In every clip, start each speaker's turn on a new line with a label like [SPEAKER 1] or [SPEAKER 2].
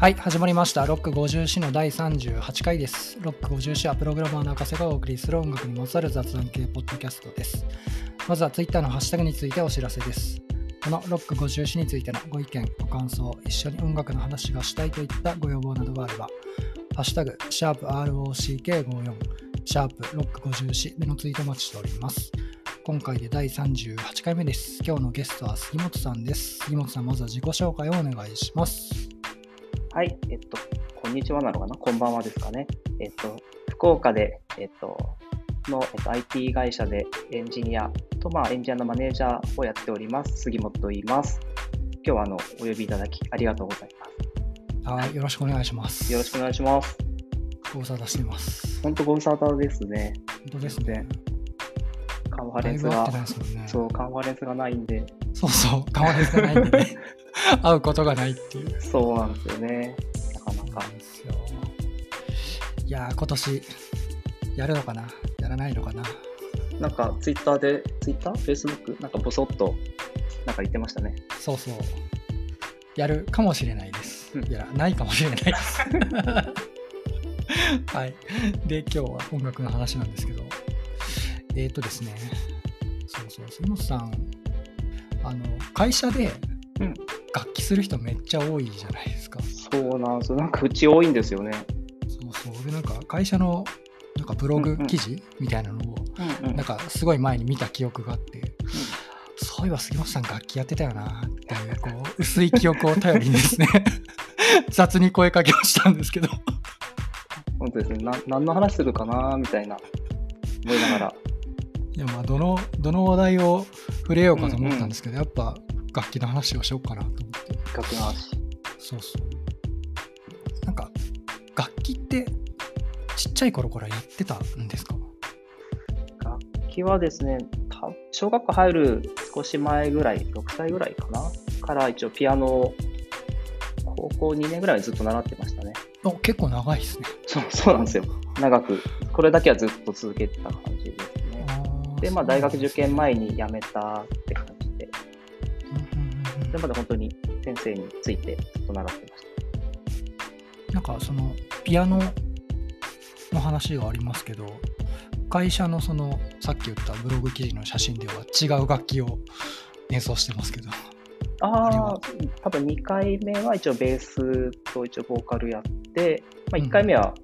[SPEAKER 1] はい始まりましたロック50の第38回ですロック50はプログラマーの博士がお送りする音楽にまつわる雑談系ポッドキャストですまずはツイッターのハッシュタグについてお知らせですこのロック50についてのご意見ご感想一緒に音楽の話がしたいといったご要望などがあればハッシュタグシャープ ROCK54 シャープロック50でのツイートお待ちしております今回で第38回目です今日のゲストは杉本さんです杉本さんまずは自己紹介をお願いします
[SPEAKER 2] はい、えっと、こんにちはなのかなこんばんはですかね。えっと、福岡で、えっと、の、えっと、IT 会社でエンジニアと、まあ、エンジニアのマネージャーをやっております。杉本と言います。今日は、あの、お呼びいただき、ありがとうございま
[SPEAKER 1] はいよろしくお願いします
[SPEAKER 2] す。よろしくお願いします。
[SPEAKER 1] ご無沙汰してます。
[SPEAKER 2] 本当ご無沙汰ですね。
[SPEAKER 1] 本当ですね。
[SPEAKER 2] カンファ
[SPEAKER 1] だ
[SPEAKER 2] レ
[SPEAKER 1] い
[SPEAKER 2] ンス
[SPEAKER 1] ぶ会ってない
[SPEAKER 2] が、
[SPEAKER 1] ですもんね。
[SPEAKER 2] そう、カンファレンスがないんで、
[SPEAKER 1] そうそう、変わりがないんで ね。会うことがないっていう。
[SPEAKER 2] そうなんですよね。なかなか
[SPEAKER 1] なん。ですよ。いやー、今年、やるのかなやらないのかな
[SPEAKER 2] なんか、ツイッターで、ツイッターフェイスブックなんか、ぼそっと、なんか言ってましたね。
[SPEAKER 1] そうそう。やるかもしれないです
[SPEAKER 2] う。ん
[SPEAKER 1] やらないかもしれないです。 はい。で、今日は音楽の話なんですけど、えっ、ー、とですね、そうそう、杉本さん、あの、会社で
[SPEAKER 2] うん
[SPEAKER 1] 楽器する人めっちゃ多いじゃないですか。
[SPEAKER 2] そうなんですよ。なんか、うち多いんですよね。
[SPEAKER 1] そうそう。で、なんか会社のなんかブログ
[SPEAKER 2] うんうん
[SPEAKER 1] 記事みたいなのを、
[SPEAKER 2] うんうん
[SPEAKER 1] なんかすごい前に見た記憶があって、そういえば杉本さん楽器やってたよなっていう、こう、薄い記憶を頼りに ですね、雑に声かけをしたんですけど、
[SPEAKER 2] 本当ですね、な何の話するかなみたいな思いながら、
[SPEAKER 1] いや、まあ、どの、どの話題を触れようかと思ったんですけど、やっぱ楽器の話をしようかなと思って。
[SPEAKER 2] 企画の話。
[SPEAKER 1] そうそう。なんか、楽器って、ちっちゃい頃からやってたんですか
[SPEAKER 2] 楽器はですね、た小学校入る少し前ぐらい、6歳ぐらいかな、から一応ピアノを高校2年ぐらいまでずっと習ってましたね。
[SPEAKER 1] お結構長いですね。
[SPEAKER 2] そうそうなんですよ。長く、これだけはずっと続けてた感じですね。で、まあ大学受験前に辞めたって感じで、それまで本当に先生についてずっと習ってました。
[SPEAKER 1] なんかそのピアノの話がありますけど会社のそのさっき言ったブログ記事の写真では違う楽器を演奏してますけどあれ
[SPEAKER 2] あ
[SPEAKER 1] は
[SPEAKER 2] あ、多分2回目は一応ベースと一応ボーカルやって、まあ、
[SPEAKER 1] うん
[SPEAKER 2] 1回目は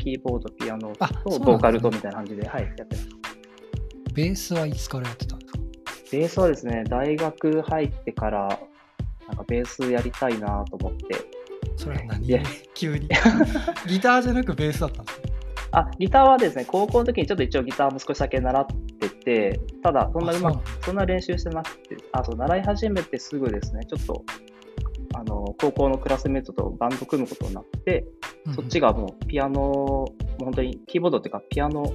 [SPEAKER 2] キーボード、ピアノ
[SPEAKER 1] あ
[SPEAKER 2] とボーカルと
[SPEAKER 1] そうなんですね
[SPEAKER 2] みたいな感じで、はい、やってます。
[SPEAKER 1] ベースはいつからやってたんですか
[SPEAKER 2] ベースはですね、大学入ってから、なんかベースやりたいなと思って、
[SPEAKER 1] それは何
[SPEAKER 2] いや
[SPEAKER 1] 急に ギターじゃなくベースだったんですね
[SPEAKER 2] あ、ギターはですね、高校の時にちょっと一応ギターも少しだけ習ってて、ただ、そんなうまく、そんな練習してなくて、あ、そう、習い始めてすぐですね、ちょっと、あの、高校のクラスメートとバンド組むことになって、そっち
[SPEAKER 1] が
[SPEAKER 2] がもうピアノ、もう本当にキーボードっていうかピアノ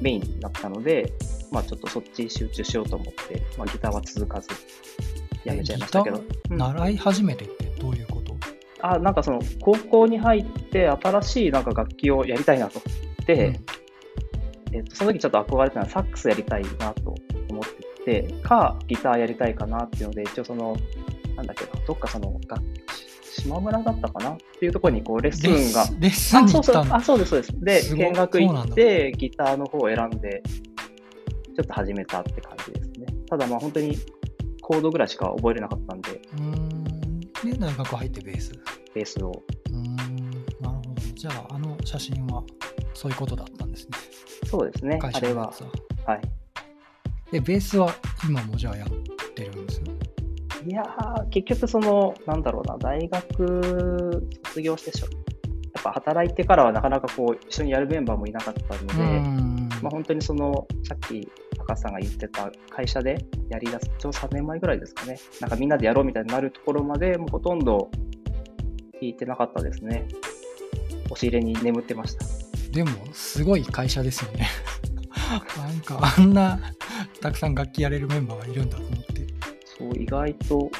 [SPEAKER 2] メインだったので、まあちょっとそっちに集中しようと思って、まあギターは続かず、やめちゃいましたけど。うん
[SPEAKER 1] 習い始めてってどういうこと
[SPEAKER 2] あ、なんかその高校に入って新しいなんか楽器をやりたいなと。で、えっと、その時ちょっと憧れてたのはサックスやりたいなと思ってて、か、ギターやりたいかなっていうので、一応その、なんだっけな、どっかその、が島村だったかなっていうところにこうレッス
[SPEAKER 1] レッ
[SPEAKER 2] ンが
[SPEAKER 1] スンレッスン
[SPEAKER 2] あ
[SPEAKER 1] に行
[SPEAKER 2] そ
[SPEAKER 1] った
[SPEAKER 2] うそ
[SPEAKER 1] ん
[SPEAKER 2] う
[SPEAKER 1] だ
[SPEAKER 2] あそうです、そうです。
[SPEAKER 1] す
[SPEAKER 2] で、
[SPEAKER 1] ごい
[SPEAKER 2] 見学
[SPEAKER 1] そう
[SPEAKER 2] 行
[SPEAKER 1] なん
[SPEAKER 2] っ
[SPEAKER 1] だ
[SPEAKER 2] て、ギターの方を選んで、ちょっと始めたって感じですね。ただ、まあ本当にコードぐらいしか覚えれなかったんで、
[SPEAKER 1] うーんで大学入ってベース
[SPEAKER 2] ベースを。
[SPEAKER 1] うーんなるほどじゃああの写真はそういうことだったんですね
[SPEAKER 2] そうですね、あれは。はい。
[SPEAKER 1] でベースは今もじゃあやってるんですよ
[SPEAKER 2] いやー、結局その、なんだろうな、大学卒業してしょ、やっぱ働いてからはなかなかこう、一緒にやるメンバーもいなかったので、
[SPEAKER 1] うん
[SPEAKER 2] まあ、本当にそのさっき高橋さんが言ってた会社でやりだすちょうど3年前ぐらいですかねなんかみんなでやろうみたいになるところまでもうほとんど聞いてなかったですね押し入れに眠ってました
[SPEAKER 1] でもすごい会社ですよね なんかあんなたくさん楽器やれるメンバーがいるんだと思って
[SPEAKER 2] そう意外と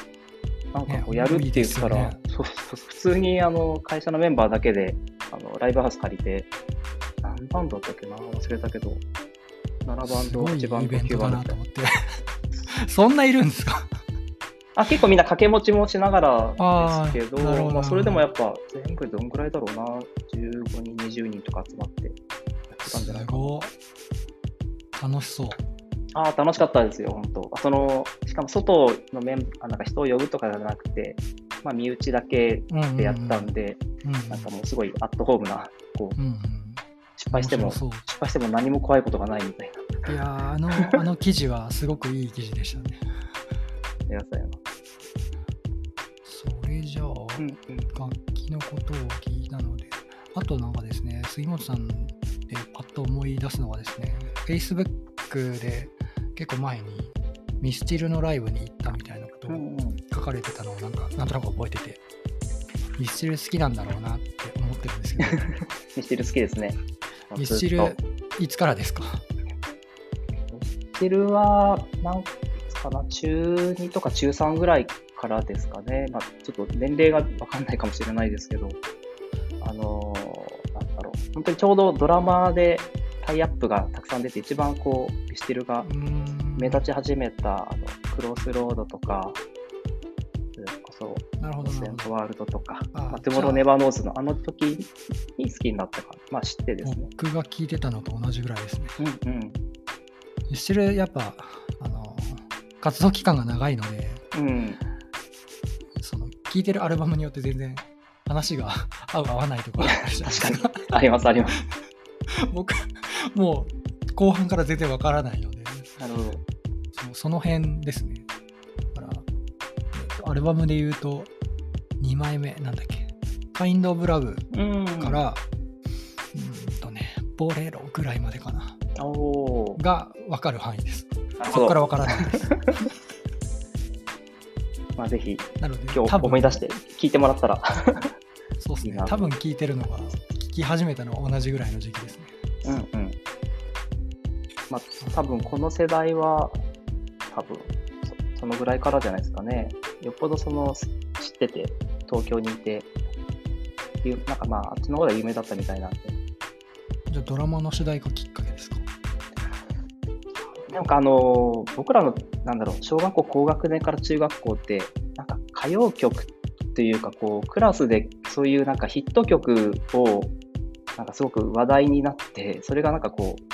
[SPEAKER 2] なんか
[SPEAKER 1] ね
[SPEAKER 2] こうやるって言ったら、
[SPEAKER 1] 多いです
[SPEAKER 2] そうそうそう普通にあの会社のメンバーだけであのライブハウス借りて何バンドだったっけな忘れたけど7バン
[SPEAKER 1] す
[SPEAKER 2] ド
[SPEAKER 1] ごい
[SPEAKER 2] 8バ
[SPEAKER 1] イ
[SPEAKER 2] ンド
[SPEAKER 1] ベント
[SPEAKER 2] 9バ
[SPEAKER 1] だ
[SPEAKER 2] ンドみ
[SPEAKER 1] な
[SPEAKER 2] た
[SPEAKER 1] と
[SPEAKER 2] い
[SPEAKER 1] 思
[SPEAKER 2] な
[SPEAKER 1] ってそんないるんですか
[SPEAKER 2] あ結構みんな掛け持ちもしなが
[SPEAKER 1] あ
[SPEAKER 2] ら
[SPEAKER 1] ー
[SPEAKER 2] ですけど、
[SPEAKER 1] なるほど
[SPEAKER 2] まあ、それでもやっぱ全部どんぐらいだろうな、15人、20人とか集まってやってたんじ
[SPEAKER 1] す
[SPEAKER 2] ゃないかな。
[SPEAKER 1] ごい。楽しそう。
[SPEAKER 2] ああ、楽しかったですよ、本当。あそのしかも外のメンあなんか人を呼ぶとかじゃなくて、まあ、身内だけ
[SPEAKER 1] うんうんうん
[SPEAKER 2] でやったんで、
[SPEAKER 1] うんうん
[SPEAKER 2] なんかもうすごいアットホームな、こう
[SPEAKER 1] うんうん。
[SPEAKER 2] 失敗しても、
[SPEAKER 1] 面
[SPEAKER 2] 失
[SPEAKER 1] 白そ
[SPEAKER 2] 敗しても何も怖いことがないみたい
[SPEAKER 1] う
[SPEAKER 2] な。
[SPEAKER 1] いやーあの、あの記事はすごくいい記事でしたね。
[SPEAKER 2] やつだよな
[SPEAKER 1] それじゃあ、
[SPEAKER 2] うんうん
[SPEAKER 1] 楽器のことを聞いたので、あとなんかですね、杉本さんでパッと思い出すのはですね、Facebook で結構前にミスチルのライブに行ったみたいなこと
[SPEAKER 2] うん
[SPEAKER 1] を
[SPEAKER 2] うん
[SPEAKER 1] 書かれてたのをなんか、なんとなく覚えてて、ミスチル好きなんだろうなって思ってるんですけ
[SPEAKER 2] ミスチル好きですね。
[SPEAKER 1] ど、ミスチ
[SPEAKER 2] ず
[SPEAKER 1] ル
[SPEAKER 2] っと
[SPEAKER 1] いつからですか
[SPEAKER 2] ミスチルは、なんかな、中2とか中3ぐらいからですかね。まあ、ちょっと年齢がわかんないかもしれないですけど、あのーなんだろう。本当にちょうどドラマでタイアップがたくさん出て、一番こう、ミスチルが
[SPEAKER 1] うーん
[SPEAKER 2] 目立ち始めた、あの、クロスロードとか、それこそ、
[SPEAKER 1] なるほ
[SPEAKER 2] オ
[SPEAKER 1] ど
[SPEAKER 2] セ
[SPEAKER 1] なる
[SPEAKER 2] ン
[SPEAKER 1] ほ
[SPEAKER 2] ト
[SPEAKER 1] ど。
[SPEAKER 2] ワールドとか、
[SPEAKER 1] あ
[SPEAKER 2] まあ、トゥモローネバーノーズのあの時に好きになったから、まあ知ってですね。
[SPEAKER 1] 僕が聞いてたのと同じぐらいですね。
[SPEAKER 2] うんうん。
[SPEAKER 1] ミスチルやっぱ、あの、活動期間が長いので、
[SPEAKER 2] うん、
[SPEAKER 1] その聴いてるアルバムによって全然話が 合う合わないとかあるじゃないですか
[SPEAKER 2] ありますあります。
[SPEAKER 1] 僕もう後半から全然わからないので
[SPEAKER 2] なるほど。
[SPEAKER 1] そのその辺ですねだから、えっとアルバムで言うと2枚目なんだっけ「Kind of Love
[SPEAKER 2] うん。」
[SPEAKER 1] から、うーんとね「ボレロ」ぐらいまでかな
[SPEAKER 2] おお。
[SPEAKER 1] が分かる範囲です
[SPEAKER 2] なる
[SPEAKER 1] そこ
[SPEAKER 2] ほ
[SPEAKER 1] から
[SPEAKER 2] ど。
[SPEAKER 1] 分からない です
[SPEAKER 2] まあぜひ
[SPEAKER 1] なので
[SPEAKER 2] 今日
[SPEAKER 1] 多分
[SPEAKER 2] 思い出して聞いてもらったら。
[SPEAKER 1] そうです
[SPEAKER 2] いい
[SPEAKER 1] ね
[SPEAKER 2] な
[SPEAKER 1] 多分聴いてるのが聴き始めたのは同じぐらいの時期ですね
[SPEAKER 2] うんうん。まあ多分この世代は多分そそのぐらいからじゃないですかね。よっぽどその知ってて東京にいて。いうなんかまああっちの方が有名だったみたいなんで
[SPEAKER 1] じゃあドラマの主題歌きっかけですか
[SPEAKER 2] なんかあの僕らのなんだろう小学校高学年から中学校ってなんか歌謡曲というかこうクラスでそういうなんかヒット曲をなんかすごく話題になってそれがなんかこう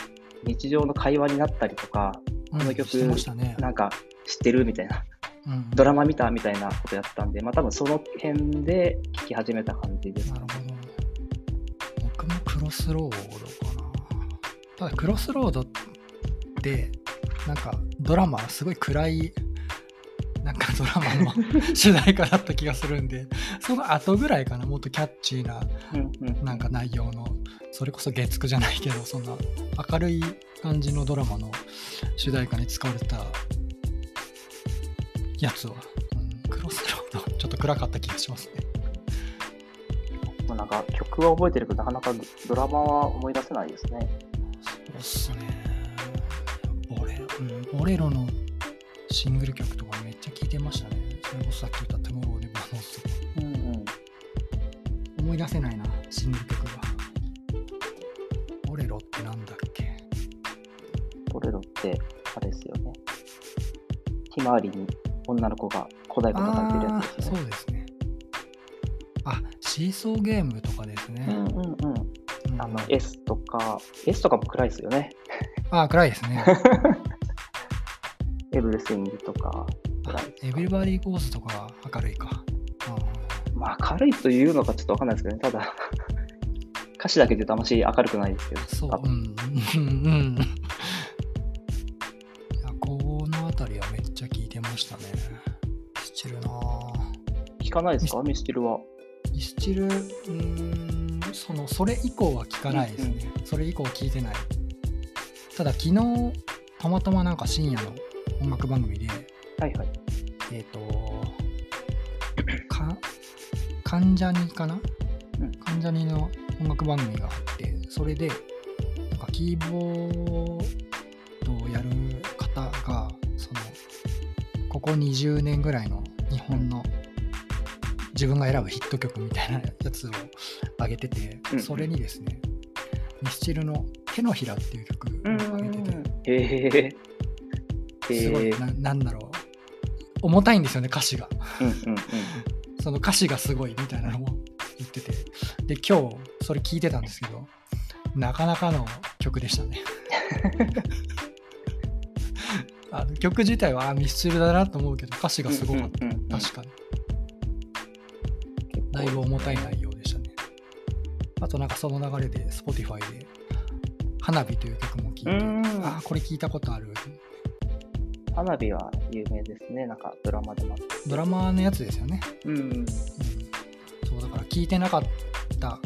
[SPEAKER 2] 日常の会話になったりとか
[SPEAKER 1] こ
[SPEAKER 2] の曲
[SPEAKER 1] してましたね。
[SPEAKER 2] なんか知ってるみたいな
[SPEAKER 1] うん
[SPEAKER 2] ドラマ見たみたいなことやったんでまあ多分その辺で聴き始めた感じです
[SPEAKER 1] なるほど。僕もクロスロードかな。ただクロスロードって、なんかドラマ、すごい暗い、なんかドラマの主題歌だった気がするんで、 その後ぐらいかな、もっとキャッチーな、
[SPEAKER 2] うんうん
[SPEAKER 1] なんか内容の、それこそ月9じゃないけど、そんな明るい感じのドラマの主題歌に使われたやつは、うんクロスロード、ちょっと暗かった気がしますね。
[SPEAKER 2] もうなんか曲は覚えてるけどなかなかドラマは思い出せないですね
[SPEAKER 1] そうっすね。ボレ,、うん、ボレロのシングル曲とかめっちゃ聴いてましたね。それこそさっき言った「トゥモローネバーノーズとか
[SPEAKER 2] うんうん
[SPEAKER 1] 思い出せないな、シングル曲が。ボレロってなんだっけ
[SPEAKER 2] ボレロってあれですよねひまわりに女の子が古代語叩いてるや
[SPEAKER 1] あ
[SPEAKER 2] つ
[SPEAKER 1] あ、
[SPEAKER 2] です
[SPEAKER 1] そ
[SPEAKER 2] よね
[SPEAKER 1] うですね。あ、シーソーゲームとかですね。
[SPEAKER 2] うんうんうん
[SPEAKER 1] うん
[SPEAKER 2] あの S とか S とかも暗いですよね
[SPEAKER 1] あー、暗いです ね。
[SPEAKER 2] エブリスイングとか暗い
[SPEAKER 1] エビルバディーゴーズとかは明るいか。あ
[SPEAKER 2] まあ明るいというのかちょっとわかんないですけどねただ 歌詞だけで言うとあんまし明るくないですけど
[SPEAKER 1] ーそう、
[SPEAKER 2] 多
[SPEAKER 1] うん、
[SPEAKER 2] 分
[SPEAKER 1] うん、うん。 いや、この辺りはめっちゃ聞いてましたね。ミスチルなぁ
[SPEAKER 2] 聞かないですかミスチルは
[SPEAKER 1] ミスチル、うーん、その、それ以降は聞かないですね。それ以降は聞いてない。ただ、昨日、たまたまなんか深夜の音楽番組で、
[SPEAKER 2] はいはい
[SPEAKER 1] えっ、と、か、関ジャニかな、
[SPEAKER 2] うん
[SPEAKER 1] 関ジャニの音楽番組があって、それで、なんかキーボードをやる方が、その、ここ20年ぐらいの日本の自分が選ぶヒット曲みたいなやつを上げてて
[SPEAKER 2] う、ん
[SPEAKER 1] それにですね、ミスチルの手のひらっていう曲を上げてて、
[SPEAKER 2] へえへ
[SPEAKER 1] すごい
[SPEAKER 2] え
[SPEAKER 1] ななんだろう重たいんですよね歌詞が
[SPEAKER 2] うんうんうん。
[SPEAKER 1] その歌詞がすごいみたいなのも言っててで今日それ聞いてたんですけどなかなかの曲でしたね あの曲自体はあミスチルだなと思うけど歌詞がすごかった、
[SPEAKER 2] うんうんうん
[SPEAKER 1] 確かにだいぶ重たい内容でしたねあとなんかその流れで Spotify で「花火」という曲も聞
[SPEAKER 2] う
[SPEAKER 1] いて
[SPEAKER 2] ん。
[SPEAKER 1] あーこれ聞いたことある
[SPEAKER 2] 花火は有名ですね。なんかドラマでも。
[SPEAKER 1] ドラマのやつですよね
[SPEAKER 2] うん。
[SPEAKER 1] うんそうだから聞いてなかった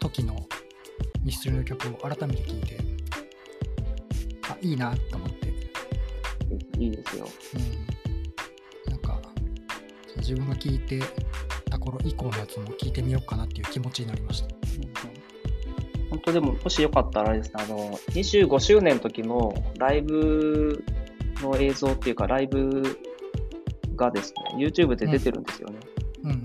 [SPEAKER 1] 時のミスチルの曲を改めて聞いてあいいなと思って、
[SPEAKER 2] いいですよ。
[SPEAKER 1] うん、なんかそう自分が聞いてた頃以降のやつも聞いてみようかなっていう気持ちになりました
[SPEAKER 2] 本当でも、もしよかったらあれですね、あの、25周年の時のライブの映像っていうか、ライブがですね、YouTube で出てるんですよね。
[SPEAKER 1] うんうん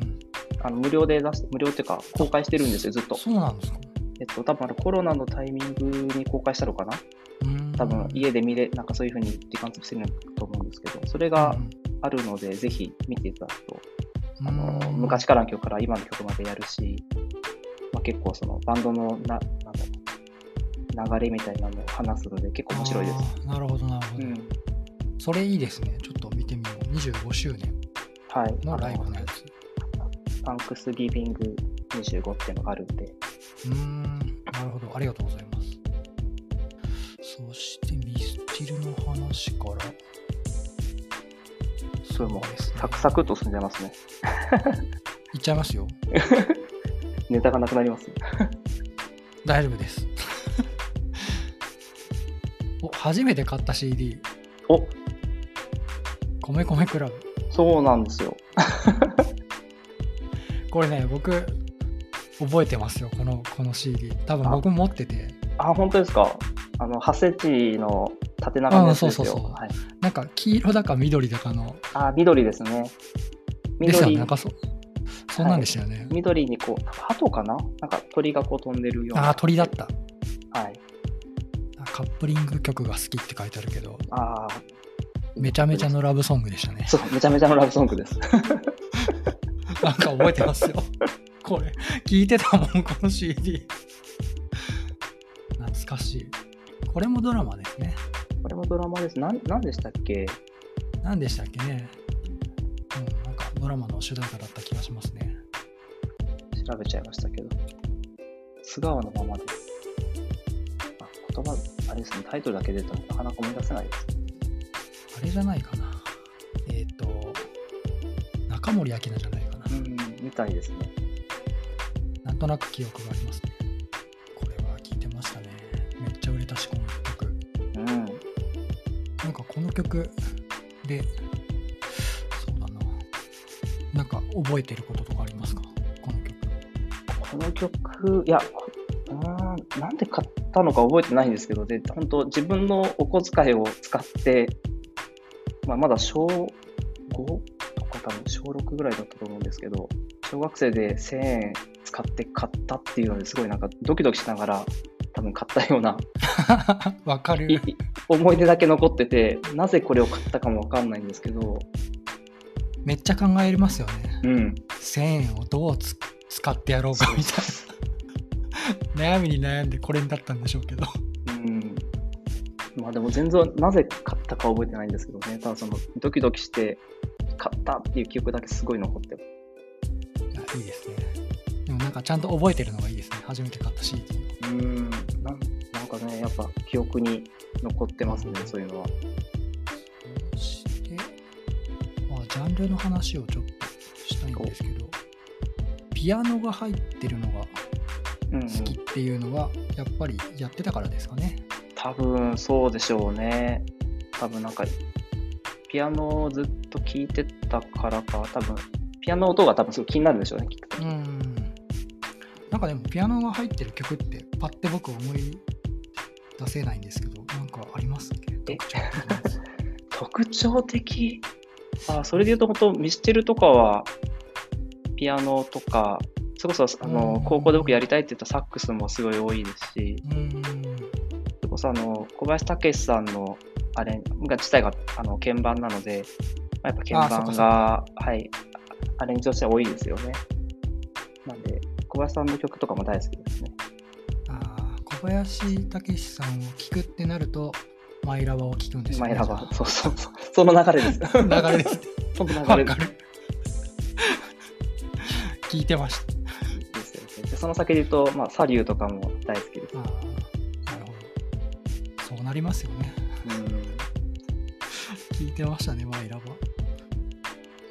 [SPEAKER 2] あの無料で出して、無料っていうか、公開してるんですよ、ずっと。
[SPEAKER 1] そうなんですか
[SPEAKER 2] えっと、多分あれコロナのタイミングに公開したのかな
[SPEAKER 1] うーん
[SPEAKER 2] 多分家で見れ、なんかそういう風に時間潰せると思うんですけど、それがあるので、ぜひ見ていただくと
[SPEAKER 1] うん
[SPEAKER 2] あの
[SPEAKER 1] うん
[SPEAKER 2] 昔からの曲から今の曲までやるし、まあ、結構そのバンドのななんだろう流れみたいなのを話すので結構面白いです。
[SPEAKER 1] あーなるほどなるほ
[SPEAKER 2] う
[SPEAKER 1] ど、
[SPEAKER 2] ん、
[SPEAKER 1] それいいですねちょっと見てみよう25周年
[SPEAKER 2] はい。
[SPEAKER 1] のライブの
[SPEAKER 2] あ
[SPEAKER 1] や
[SPEAKER 2] の
[SPEAKER 1] つ
[SPEAKER 2] タンクスギビング25っていうのがあるんで、
[SPEAKER 1] うーん、なるほど、ありがとうございます。そして、ミスチルの話から。
[SPEAKER 2] すごいもう
[SPEAKER 1] す
[SPEAKER 2] サクサクっと進んじゃいますね。
[SPEAKER 1] いっちゃいますよ。
[SPEAKER 2] ネタがなくなりますね。
[SPEAKER 1] 大丈夫です。 お、初めて買った CD、
[SPEAKER 2] お
[SPEAKER 1] 米米クラブ。
[SPEAKER 2] そうなんですよ。
[SPEAKER 1] これね、僕、覚えてますよ、このこの CD。多分
[SPEAKER 2] あ
[SPEAKER 1] 僕持ってて、
[SPEAKER 2] あ、本当ですか。あの、ハセチの縦長のやつです
[SPEAKER 1] あそ
[SPEAKER 2] よ。
[SPEAKER 1] うそうそう
[SPEAKER 2] はい、
[SPEAKER 1] なんか黄色だか緑だかの、
[SPEAKER 2] あ、緑ですね。
[SPEAKER 1] ですよね、
[SPEAKER 2] 緑
[SPEAKER 1] なんかそそんなんでしたよね。
[SPEAKER 2] 緑にこう、鳩かななんか鳥がこう飛んでるような。
[SPEAKER 1] ああ、鳥だった。
[SPEAKER 2] はい。
[SPEAKER 1] あカップリング曲が好きって書いてあるけど、
[SPEAKER 2] ああ。
[SPEAKER 1] めちゃめちゃのラブソングでしたね。
[SPEAKER 2] そう、めちゃめちゃのラブソングです。
[SPEAKER 1] なんか覚えてますよ。これ、聞いてたもん、この CD。懐かしい。これもドラマですね。
[SPEAKER 2] これもドラマです。なん、なんでしたっけ
[SPEAKER 1] 何でしたっけね。うん、なんかドラマの主題歌だった気がしますね。
[SPEAKER 2] 調べちゃいましたけど。素顔のままです。あ、言葉、あれですね、タイトルだけ出てもなかなか思い出せないです。
[SPEAKER 1] あれじゃないかな。えっ、と、中森明菜じゃないかな。
[SPEAKER 2] うん、みたいですね。
[SPEAKER 1] なんとなく記憶がありますね。これは聞いてましたね。めっちゃ売れたし、この曲。
[SPEAKER 2] うん。
[SPEAKER 1] なんかこの曲で、そうだな。なんか覚えてることとかありますかこの曲。
[SPEAKER 2] この曲、いや、こうーん、なんで買ったのか覚えてないんですけど、で、本当自分のお小遣いを使って、まあ、まだ小 5? とか多分小6ぐらいだったと思うんですけど、小学生で1000円使って買ったっていうのですごいなんかドキドキしながら多分買ったような
[SPEAKER 1] わかる
[SPEAKER 2] い。い思い出だけ残ってて、なぜこれを買ったかもわかんないんですけど、
[SPEAKER 1] めっちゃ考えますよね。
[SPEAKER 2] うん。
[SPEAKER 1] 1000円をどうつ使ってやろうかみたいな。悩みに悩んでこれになったんでしょうけど。
[SPEAKER 2] うんまあでも全然なぜ買ったか覚えてないんですけどね、ただそのドキドキして買ったっていう記憶だけすごい残ってる。
[SPEAKER 1] いや、いいですね。でもなんかちゃんと覚えてるのがいいですね。初めて買った CD を。
[SPEAKER 2] うんなん、なんかね、やっぱ記憶に残ってますね、そういうのは。
[SPEAKER 1] そして、まあ、ジャンルの話をちょっとしたいんですけど、ピアノが入ってるのが
[SPEAKER 2] うん、
[SPEAKER 1] 好きっていうのは、やっぱりやってたからですかね。
[SPEAKER 2] 多分そうでしょうね。多分なんか、ピアノをずっと聴いてたからか、多分ピアノの音が多分すごい気になるんでしょうね、きっと。
[SPEAKER 1] うん。なんかでも、ピアノが入ってる曲って、パッて僕思い出せないんですけど、なんかありますっけ
[SPEAKER 2] え
[SPEAKER 1] 特徴的なやつ
[SPEAKER 2] 特徴的あそれで言うと本当ミスチルとかはピアノとかそれこそあの、
[SPEAKER 1] うん
[SPEAKER 2] 高校で僕やりたいって言ったサックスもすごい多いですし
[SPEAKER 1] うん。
[SPEAKER 2] それこそあの小林武史さんのあれが自体があの鍵盤なのでまあ、やっぱ鍵
[SPEAKER 1] あそうかそう
[SPEAKER 2] 盤が
[SPEAKER 1] か、
[SPEAKER 2] はい、アレンジとしては多いですよね。なんで、小林さんの曲とかも大好きですね。
[SPEAKER 1] あー小林武史さんを聴くってなると、マイラバを聴くんですよ
[SPEAKER 2] マ
[SPEAKER 1] ね。
[SPEAKER 2] イラバー。そうそうそう。その流れです。
[SPEAKER 1] じゃあ 流れです。
[SPEAKER 2] その流
[SPEAKER 1] わ
[SPEAKER 2] れ
[SPEAKER 1] か
[SPEAKER 2] で
[SPEAKER 1] る。 聞いてました。
[SPEAKER 2] すよね。でその先で言うと、まあ、サリューとかも大好きです。
[SPEAKER 1] あーなるほど。そうなりますよね。
[SPEAKER 2] うん
[SPEAKER 1] 聞いてましたね、マイラバ。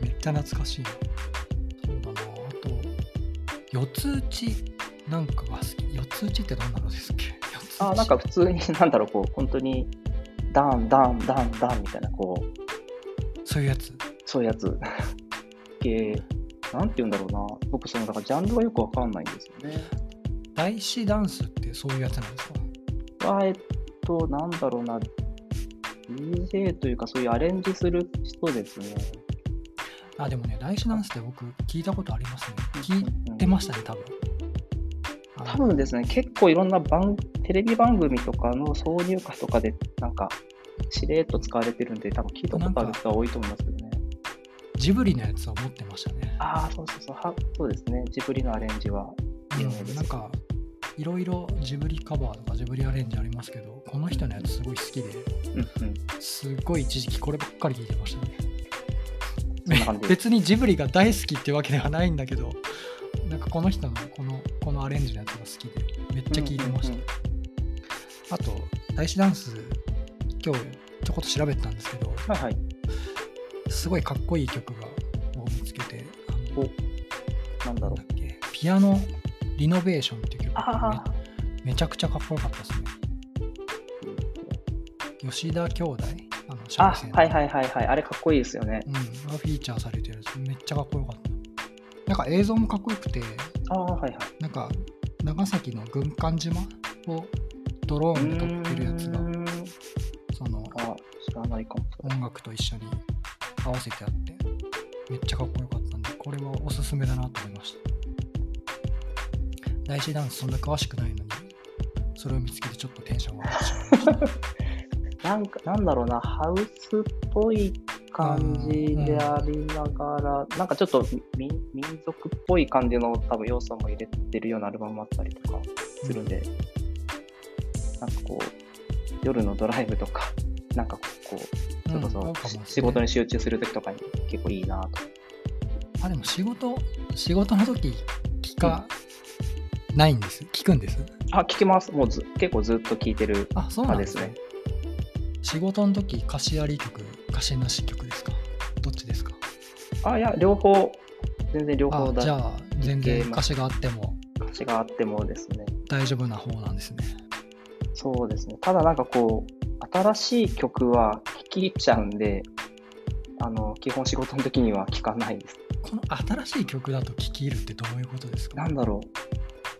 [SPEAKER 1] めっちゃ懐かしいな。そうだな。あと、四つ打ちなんかが好き。四つ打ちってどんなのですっけ四つ打ち
[SPEAKER 2] あなんか普通に、 なんだろう、こう、本当に、ダン、ダン、ダン、ダンみたいな、こう、
[SPEAKER 1] そういうやつ。
[SPEAKER 2] そういうやつ 系、なんて言うんだろうな、僕、その、だからジャンルがよくわかんないんですよね。
[SPEAKER 1] 大師ダンスってそういうやつなんですか
[SPEAKER 2] は、えっと、なんだろうな、DJ というか、そういうアレンジする人ですね。
[SPEAKER 1] あ、でもね、大師ダンスって僕聞いたことありますね。聞い
[SPEAKER 2] 聞
[SPEAKER 1] てましたね、多分。あの
[SPEAKER 2] 多分ですね、結構いろんな番テレビ番組とかの挿入歌とかで、なんか、しれっと使われてるんで、多分聞いたことある人は多いと思いますけどね。
[SPEAKER 1] ジブリのやつを持ってましたね。
[SPEAKER 2] ああ、そうそうそう、はそうですね、ジブリのアレンジは。有名です
[SPEAKER 1] うんなんかいろいろジブリカバーとかジブリアレンジありますけどこの人のやつすごい好きで
[SPEAKER 2] うんうん
[SPEAKER 1] すごい一時期こればっかり聞いてましたね
[SPEAKER 2] そんな感じ
[SPEAKER 1] 別にジブリが大好きってわけではないんだけどなんかこの人のこのこのアレンジのやつが好きでめっちゃ聞いてました、
[SPEAKER 2] うんうん
[SPEAKER 1] あと大師ダンス今日ちょこっと調べてたんですけど
[SPEAKER 2] うんはいはい。
[SPEAKER 1] すごいかっこいい曲がを見つけてあの
[SPEAKER 2] なんだ
[SPEAKER 1] な
[SPEAKER 2] ろ
[SPEAKER 1] ん
[SPEAKER 2] う
[SPEAKER 1] だ。っけピアノリノベーションっていう曲
[SPEAKER 2] あ
[SPEAKER 1] がめめちゃくちゃかっこよかったですね吉田兄弟あの
[SPEAKER 2] あ、
[SPEAKER 1] 三味線の
[SPEAKER 2] はいはいはいはい。あれかっこいいですよね
[SPEAKER 1] う。ん、がフィーチャーされてるやつめっちゃかっこよかったなんか映像もかっこよくて
[SPEAKER 2] ああ、はいはい。
[SPEAKER 1] なんか長崎の軍艦島をドローンで撮ってるやつが
[SPEAKER 2] うーん
[SPEAKER 1] その
[SPEAKER 2] あ、知らないかも。
[SPEAKER 1] 音楽と一緒に合わせてあってめっちゃかっこよかったんでこれはおすすめだなと思いました大師ダンスそんな詳しくないのにそれを見つけてちょっとテンションが上がってしまい ました
[SPEAKER 2] なんか、なんだろうな、ハウスっぽい感じでありながら、なんかちょっと民民族っぽい感じの多分要素も入れてるようなアルバムもあったりとかするんで、なんかこう、夜のドライブとか、なんかこう、それ
[SPEAKER 1] うん合
[SPEAKER 2] こ
[SPEAKER 1] う
[SPEAKER 2] そ
[SPEAKER 1] かもね
[SPEAKER 2] 仕事に集中するときとかに結構いいなと。
[SPEAKER 1] あでも仕事仕事の時聞かないんです聞くんです
[SPEAKER 2] あ、聞きます。もうず結構ずっと聞いてる。
[SPEAKER 1] あそうなんですね仕事の時歌詞あり曲歌詞なし曲ですかどっちですか
[SPEAKER 2] あ、いや、両方、全然両
[SPEAKER 1] あ
[SPEAKER 2] 方だ。
[SPEAKER 1] じゃあ全
[SPEAKER 2] い
[SPEAKER 1] 然
[SPEAKER 2] けま
[SPEAKER 1] 歌詞があっても
[SPEAKER 2] 価値があってもですね。
[SPEAKER 1] 大丈夫な方なんですね
[SPEAKER 2] そうですね。ただなんかこう、新しい曲は聴き入っちゃうんで、あの、基本仕事の時には聴かないです。
[SPEAKER 1] この新しい曲だと聴き入るってどういうことですか
[SPEAKER 2] なんだろ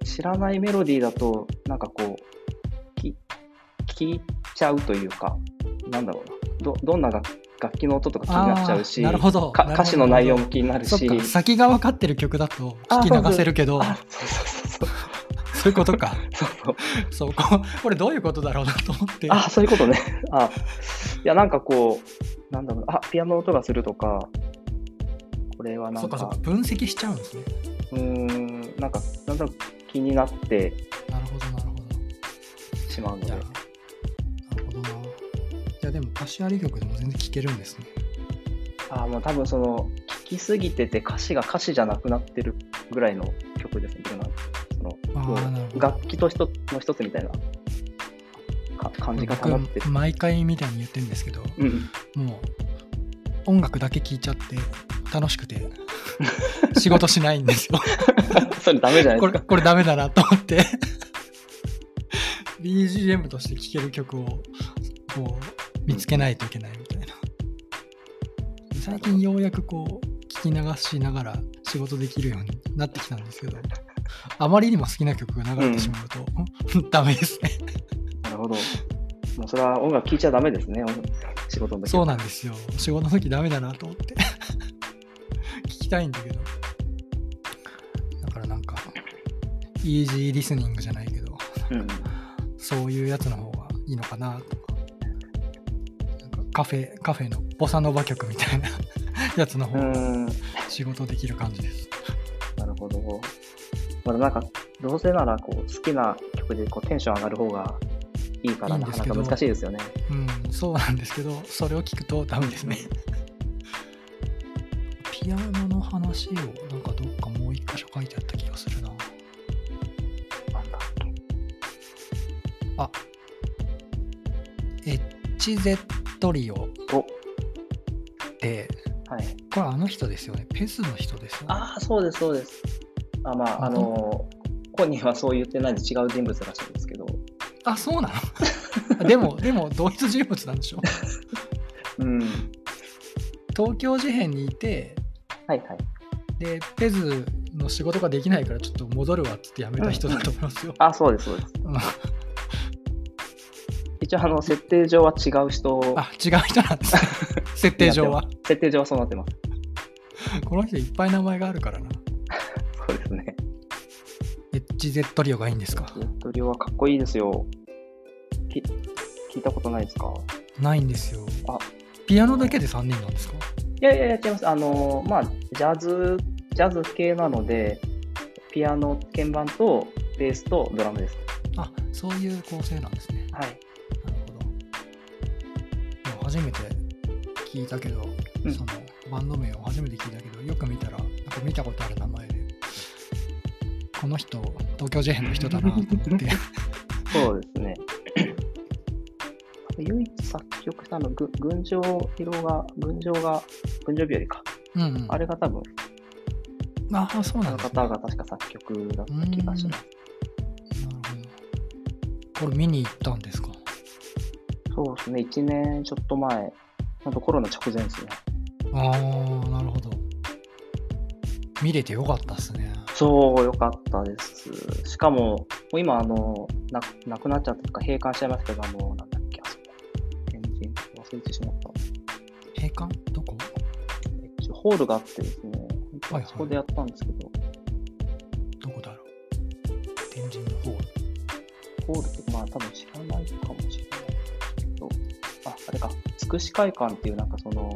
[SPEAKER 2] う。知らないメロディーだと、なんかこう、き聴いちゃうというか、なんだろうな。ど、どんな楽楽器の音とか気になっちゃうし、
[SPEAKER 1] あーなるほど
[SPEAKER 2] か
[SPEAKER 1] なるほど
[SPEAKER 2] 歌詞の内容も気になる
[SPEAKER 1] そっ
[SPEAKER 2] し、
[SPEAKER 1] か先が分かってる曲だと
[SPEAKER 2] あ
[SPEAKER 1] 聞き流せるけど
[SPEAKER 2] あ、そうそうそう
[SPEAKER 1] そういうことか
[SPEAKER 2] そう。そうそう
[SPEAKER 1] そうここれどういうことだろうなと思って
[SPEAKER 2] あ、そういうことね。 あ、いや、なんかこう、なんだろうな、あ、ピアノの音がするとか、これはな
[SPEAKER 1] そ
[SPEAKER 2] ん
[SPEAKER 1] っかそっ
[SPEAKER 2] か
[SPEAKER 1] か、分析しちゃうんですね
[SPEAKER 2] うーん、なんか、なんとなく気になって
[SPEAKER 1] なるほどなるほど
[SPEAKER 2] しまうの
[SPEAKER 1] い
[SPEAKER 2] で
[SPEAKER 1] や、、なるほどな。いや、でも、歌詞あり曲でも全然聴けるんですね。
[SPEAKER 2] あもう多分その、聞きすぎてて歌詞が歌詞じゃなくなってるぐらいの曲ですね、僕のその
[SPEAKER 1] あーなるほど。
[SPEAKER 2] 楽器と一つの一つみたいなか感じ方になってる
[SPEAKER 1] 僕、。毎回みたいに言ってるんですけど、
[SPEAKER 2] うん、
[SPEAKER 1] もう、音楽だけ聴いちゃって、楽しく て、仕事しないんですよ。
[SPEAKER 2] それダメじゃない
[SPEAKER 1] こ
[SPEAKER 2] で
[SPEAKER 1] れ、
[SPEAKER 2] すか。
[SPEAKER 1] これダメだなと思って。BGM として聴ける曲を、こう、見つけないといけないみたいな。最近ようやくこう、聞き流しながら仕事できるようになってきたんですけど、あまりにも好きな曲が流れてしまうと、ダメですね。
[SPEAKER 2] なるほど。もうそれは音楽聴いちゃダメですね、音仕事の時は
[SPEAKER 1] そうなんですよ。仕事の時ダメだなと思って。聞きたいんだけど。だからなんか、イージーリスニングじゃないけど、
[SPEAKER 2] うん
[SPEAKER 1] そういうやつの方がいいのかなとか。なんかカフェ、カフェのボサノバ曲みたいな やつの
[SPEAKER 2] う
[SPEAKER 1] 方が
[SPEAKER 2] ん、な
[SPEAKER 1] 仕事できる感じです。
[SPEAKER 2] るほど。まだなんか、どうせならこう好きな曲でこうテンション上がる方がいいから
[SPEAKER 1] いいん
[SPEAKER 2] な
[SPEAKER 1] で
[SPEAKER 2] か
[SPEAKER 1] す
[SPEAKER 2] な
[SPEAKER 1] けど
[SPEAKER 2] か難しいですよね。
[SPEAKER 1] うん、そうなんですけど、それを聞くとダメですね。 ピアノの話を、なんかどっかもう一箇所書いてあった気がするな。
[SPEAKER 2] なんだっけ。
[SPEAKER 1] あ、エッチゼットリオ
[SPEAKER 2] お
[SPEAKER 1] で、
[SPEAKER 2] はい。
[SPEAKER 1] これあの人ですよね。ペスの人ですよね。
[SPEAKER 2] ああ、そうです、そうです。あまあ、あ
[SPEAKER 1] あ
[SPEAKER 2] の、本人はそう言ってないんで違う人物らしいんですけど、
[SPEAKER 1] あ、そうなの でも、でも、同一人物なんでしょ
[SPEAKER 2] うん。
[SPEAKER 1] 東京事変にいて、
[SPEAKER 2] はいはい。
[SPEAKER 1] で、ペズの仕事ができないからちょっと戻るわっつって辞めた人だと思いますよ。
[SPEAKER 2] あそうです、そうです。
[SPEAKER 1] うん
[SPEAKER 2] 一応、あの、設定上は違う人、
[SPEAKER 1] あ、違う人 なんです。設定上は。
[SPEAKER 2] 設定上はそうなってます。
[SPEAKER 1] この人いっぱい名前があるからな。
[SPEAKER 2] そうですね。
[SPEAKER 1] エッジゼットリオがいいんですか
[SPEAKER 2] ジェットリオはかっこいいですよ。き聞いたことないですか
[SPEAKER 1] ないんですよ。
[SPEAKER 2] あ
[SPEAKER 1] ピアノだけで3人なんですか
[SPEAKER 2] いやいやいや、違います。あの、まあ、ジャズ、ジャズ系なので、ピアノ、鍵盤と、ベースとドラムです。
[SPEAKER 1] あ、そういう構成なんですね。
[SPEAKER 2] はい。
[SPEAKER 1] なるほど。でも初めて聞いたけど、
[SPEAKER 2] うん
[SPEAKER 1] そのバンド名を初めて聞いたけど、よく見たら、なんか見たことある名前で、この人、東京事変の人だな と思って。
[SPEAKER 2] そうですね。唯一作曲したの、ぐ群青色が、群青が、群青日和か。
[SPEAKER 1] うん、うん。
[SPEAKER 2] あれが多分、
[SPEAKER 1] ああ、そう
[SPEAKER 2] あ
[SPEAKER 1] なん
[SPEAKER 2] の
[SPEAKER 1] ですね。
[SPEAKER 2] 方が確か作曲だった気がします。
[SPEAKER 1] なるほど。これ見に行ったんですか
[SPEAKER 2] そうですね、1年ちょっと前、ほんとコロナ直前ですね。
[SPEAKER 1] ああ、なるほど。見れてよかったっすね。
[SPEAKER 2] そう、よかったです。しかも、もう今、あの、ななくなっちゃったとか、閉館しちゃいましたけど、あの、なんだっけ、あそこ。天神忘れてしまった。
[SPEAKER 1] 閉館どこ
[SPEAKER 2] 一応ホールがあってですね、
[SPEAKER 1] はいはい
[SPEAKER 2] そこでやったんですけど、
[SPEAKER 1] どこだろう天神の方。
[SPEAKER 2] ホールって、まあ多分知らないかもしれないけど、あ、あれか、つくし会館っていう、なんかその、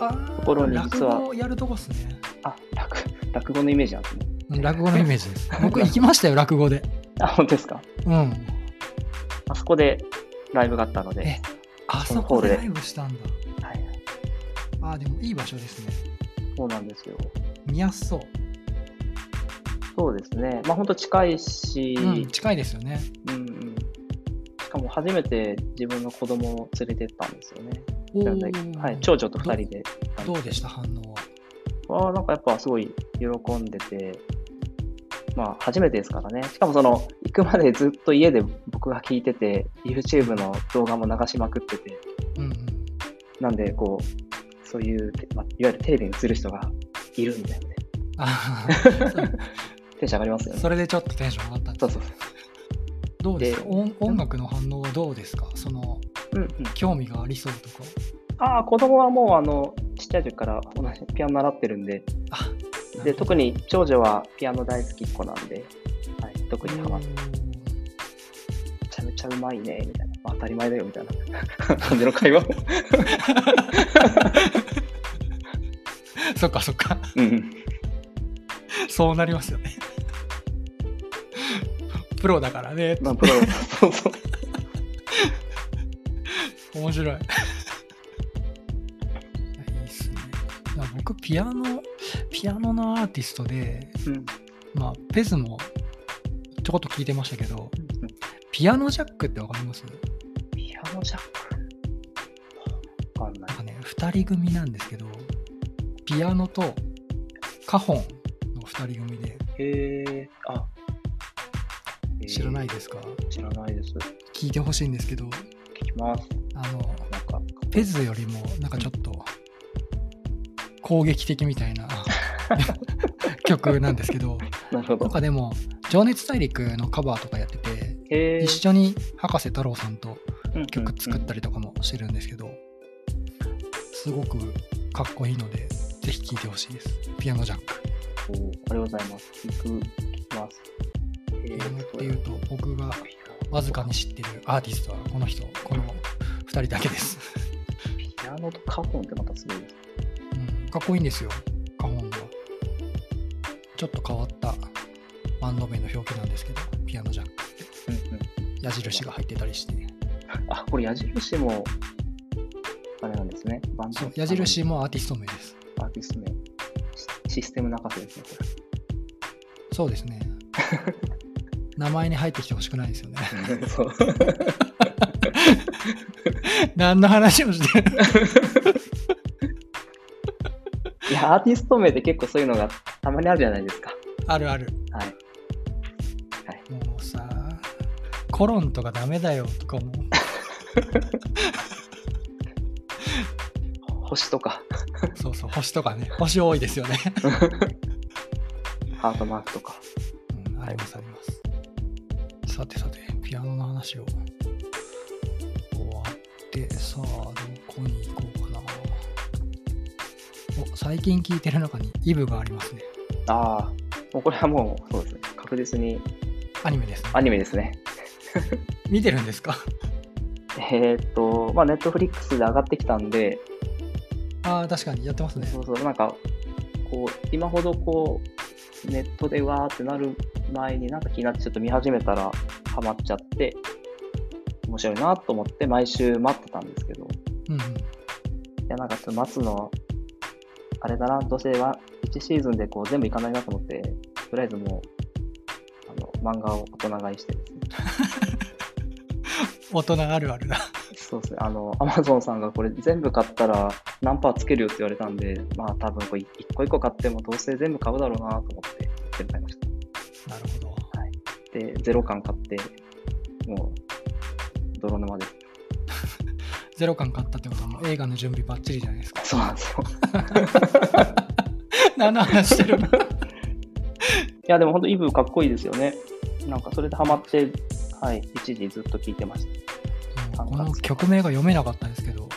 [SPEAKER 1] あ
[SPEAKER 2] ところに
[SPEAKER 1] 落
[SPEAKER 2] 実は
[SPEAKER 1] 語をやるとこっすね。
[SPEAKER 2] あ、落落語のイメージなんですね。
[SPEAKER 1] うん落語のイメー ジです。僕行きましたよ、落語で。
[SPEAKER 2] あ、本当ですか。
[SPEAKER 1] うん。
[SPEAKER 2] あそこでライブがあったので、
[SPEAKER 1] えあ
[SPEAKER 2] その
[SPEAKER 1] そ
[SPEAKER 2] ホー
[SPEAKER 1] こ
[SPEAKER 2] ルで
[SPEAKER 1] でライブしたんだ。
[SPEAKER 2] はい、
[SPEAKER 1] ああ、でもいい場所ですね。
[SPEAKER 2] そうなんですよ。
[SPEAKER 1] 見やすそう。
[SPEAKER 2] そうですね。まあ本当近いし、
[SPEAKER 1] うん、近いですよね。
[SPEAKER 2] うんうん。しかも初めて自分の子供を連れてったんですよね。
[SPEAKER 1] お
[SPEAKER 2] なんだっけ
[SPEAKER 1] ー
[SPEAKER 2] はい、長女と二人で。
[SPEAKER 1] どうでした反応は。
[SPEAKER 2] あなんかやっぱすごい喜んでて、まあ初めてですからね。しかもその、行くまでずっと家で僕が聞いてて、YouTube の動画も流しまくってて、
[SPEAKER 1] うんうん。
[SPEAKER 2] なんでこう、そういう、まあ、いわゆるテレビに映る人がいるみたいなね。
[SPEAKER 1] あ
[SPEAKER 2] テンション上がりますよ
[SPEAKER 1] ー
[SPEAKER 2] ね。
[SPEAKER 1] それでちょっとテンション上がったんで
[SPEAKER 2] そ
[SPEAKER 1] す
[SPEAKER 2] うそう
[SPEAKER 1] どうですか
[SPEAKER 2] で
[SPEAKER 1] 音音楽の反応はどうですかその
[SPEAKER 2] そう。うんうん。
[SPEAKER 1] 興味がありそうとか。
[SPEAKER 2] ああ、子供はもうあの、ちっちゃい時から同じピアノ習ってるんで、
[SPEAKER 1] あ
[SPEAKER 2] で、特に長女はピアノ大好きっ子なんで、はい、特にハマって、め
[SPEAKER 1] う
[SPEAKER 2] ちゃめちゃうまいね、みたいな、まあ当たり前だよ、み たいな感じの会話を。
[SPEAKER 1] んそっかそっか。
[SPEAKER 2] うんうん、
[SPEAKER 1] そうなりますよね。プロだからね。
[SPEAKER 2] まあ、プロ、そうそう。
[SPEAKER 1] 面白い。いやいいっすね。いや僕、ピアノ、ピアノのアーティストで、
[SPEAKER 2] うん
[SPEAKER 1] まあ、ペズもちょこっと聞いてましたけど、
[SPEAKER 2] うん
[SPEAKER 1] ピアノジャックってわかります
[SPEAKER 2] ピアノジャックわかんな
[SPEAKER 1] ないん。かね、2人組なんですけど、ピアノとカホンの2人組で、
[SPEAKER 2] へえ、あ、えー
[SPEAKER 1] 知らないですか、
[SPEAKER 2] 知らないです。
[SPEAKER 1] 聞いてほしいんですけど、
[SPEAKER 2] 聞きます。
[SPEAKER 1] あの、
[SPEAKER 2] なんか、
[SPEAKER 1] ペズよりもなんかちょっと攻撃的みたい な曲なんですけど
[SPEAKER 2] なるほ
[SPEAKER 1] なん
[SPEAKER 2] ど。
[SPEAKER 1] かでも「情熱大陸」のカバーとかやってて
[SPEAKER 2] へえ
[SPEAKER 1] 一、緒に博士太郎さんと曲作った
[SPEAKER 2] り。
[SPEAKER 1] りとかもしてるんですけどすごくかっこいいのでぜひ聴いてほしいです「ピアノジャック」
[SPEAKER 2] おーありがとうございます。聞く、聞きます。へ
[SPEAKER 1] ピ
[SPEAKER 2] え
[SPEAKER 1] アノっていうと僕が
[SPEAKER 2] ピアノ
[SPEAKER 1] わずかに知ってるアーティストはこの人この2人だけです、
[SPEAKER 2] ピアノとカホンってまたすごいです。
[SPEAKER 1] うん、かっこいいんですよカホンがちょっと変わったバンド名の表記なんですけどピアノジャック
[SPEAKER 2] うんうん
[SPEAKER 1] 矢印が入ってたりして
[SPEAKER 2] あ、これ矢印も、あれなんですね。バンド
[SPEAKER 1] そう矢印もアーティスト名です
[SPEAKER 2] アーティスト名。シシステム中瀬ですね、こ
[SPEAKER 1] そうですね 名前に入ってきてほしくないですよね
[SPEAKER 2] れ。 そう。
[SPEAKER 1] 何の話をしてる
[SPEAKER 2] いや、アーティスト名で結構そういうのがたまにあるじゃないですか。
[SPEAKER 1] あるある
[SPEAKER 2] はい。
[SPEAKER 1] もうさコロンとかダメだよとかも
[SPEAKER 2] 星とか、
[SPEAKER 1] そうそう星とかね星多いですよね、
[SPEAKER 2] ハートマークとか。
[SPEAKER 1] うん、ありますありますさてさてピアノの話を終わってさあどこに行こうかなお最近聴いてる中にイブがありますね
[SPEAKER 2] ああ、もうこれはもう、そうですね。確実に
[SPEAKER 1] アニメですね
[SPEAKER 2] アニメですね。
[SPEAKER 1] 見てるんですか
[SPEAKER 2] えーっと、まあ、ネットフリックスで上がってきたんで、
[SPEAKER 1] ああ確かにやってますね
[SPEAKER 2] そうそう、なんか、こう、今ほどこう、ネットでわーってなる前になんか気になってちょっと見始めたらハマっちゃって、面白いなと思って毎週待ってたんですけど、い
[SPEAKER 1] うんうん
[SPEAKER 2] や、なんかちょっと待つの、あれだな、どうせは1シーズンでこう全部いかないなと思って、とりあえずもう、あの、漫画を大人買いしてですね。
[SPEAKER 1] 大人あるあるだ
[SPEAKER 2] そうですね、あの、アマゾンさんがこれ全部買ったら何パーつけるよって言われたんで、まあ多分これ一個一個買ってもどうせ全部買うだろうなと思って全部買いました。
[SPEAKER 1] なるほど
[SPEAKER 2] で、ゼロ感買って、もう、泥沼です。
[SPEAKER 1] ゼロ感買ったってことはもう映画の準備バッチリじゃないですか
[SPEAKER 2] そうなんですよ。
[SPEAKER 1] 何の話してる の
[SPEAKER 2] いや、でも本当イブかっこいいですよね。なんかそれでハマって、はい、一時ずっと聞いてました。
[SPEAKER 1] もうこの曲名が読めなかったんですけど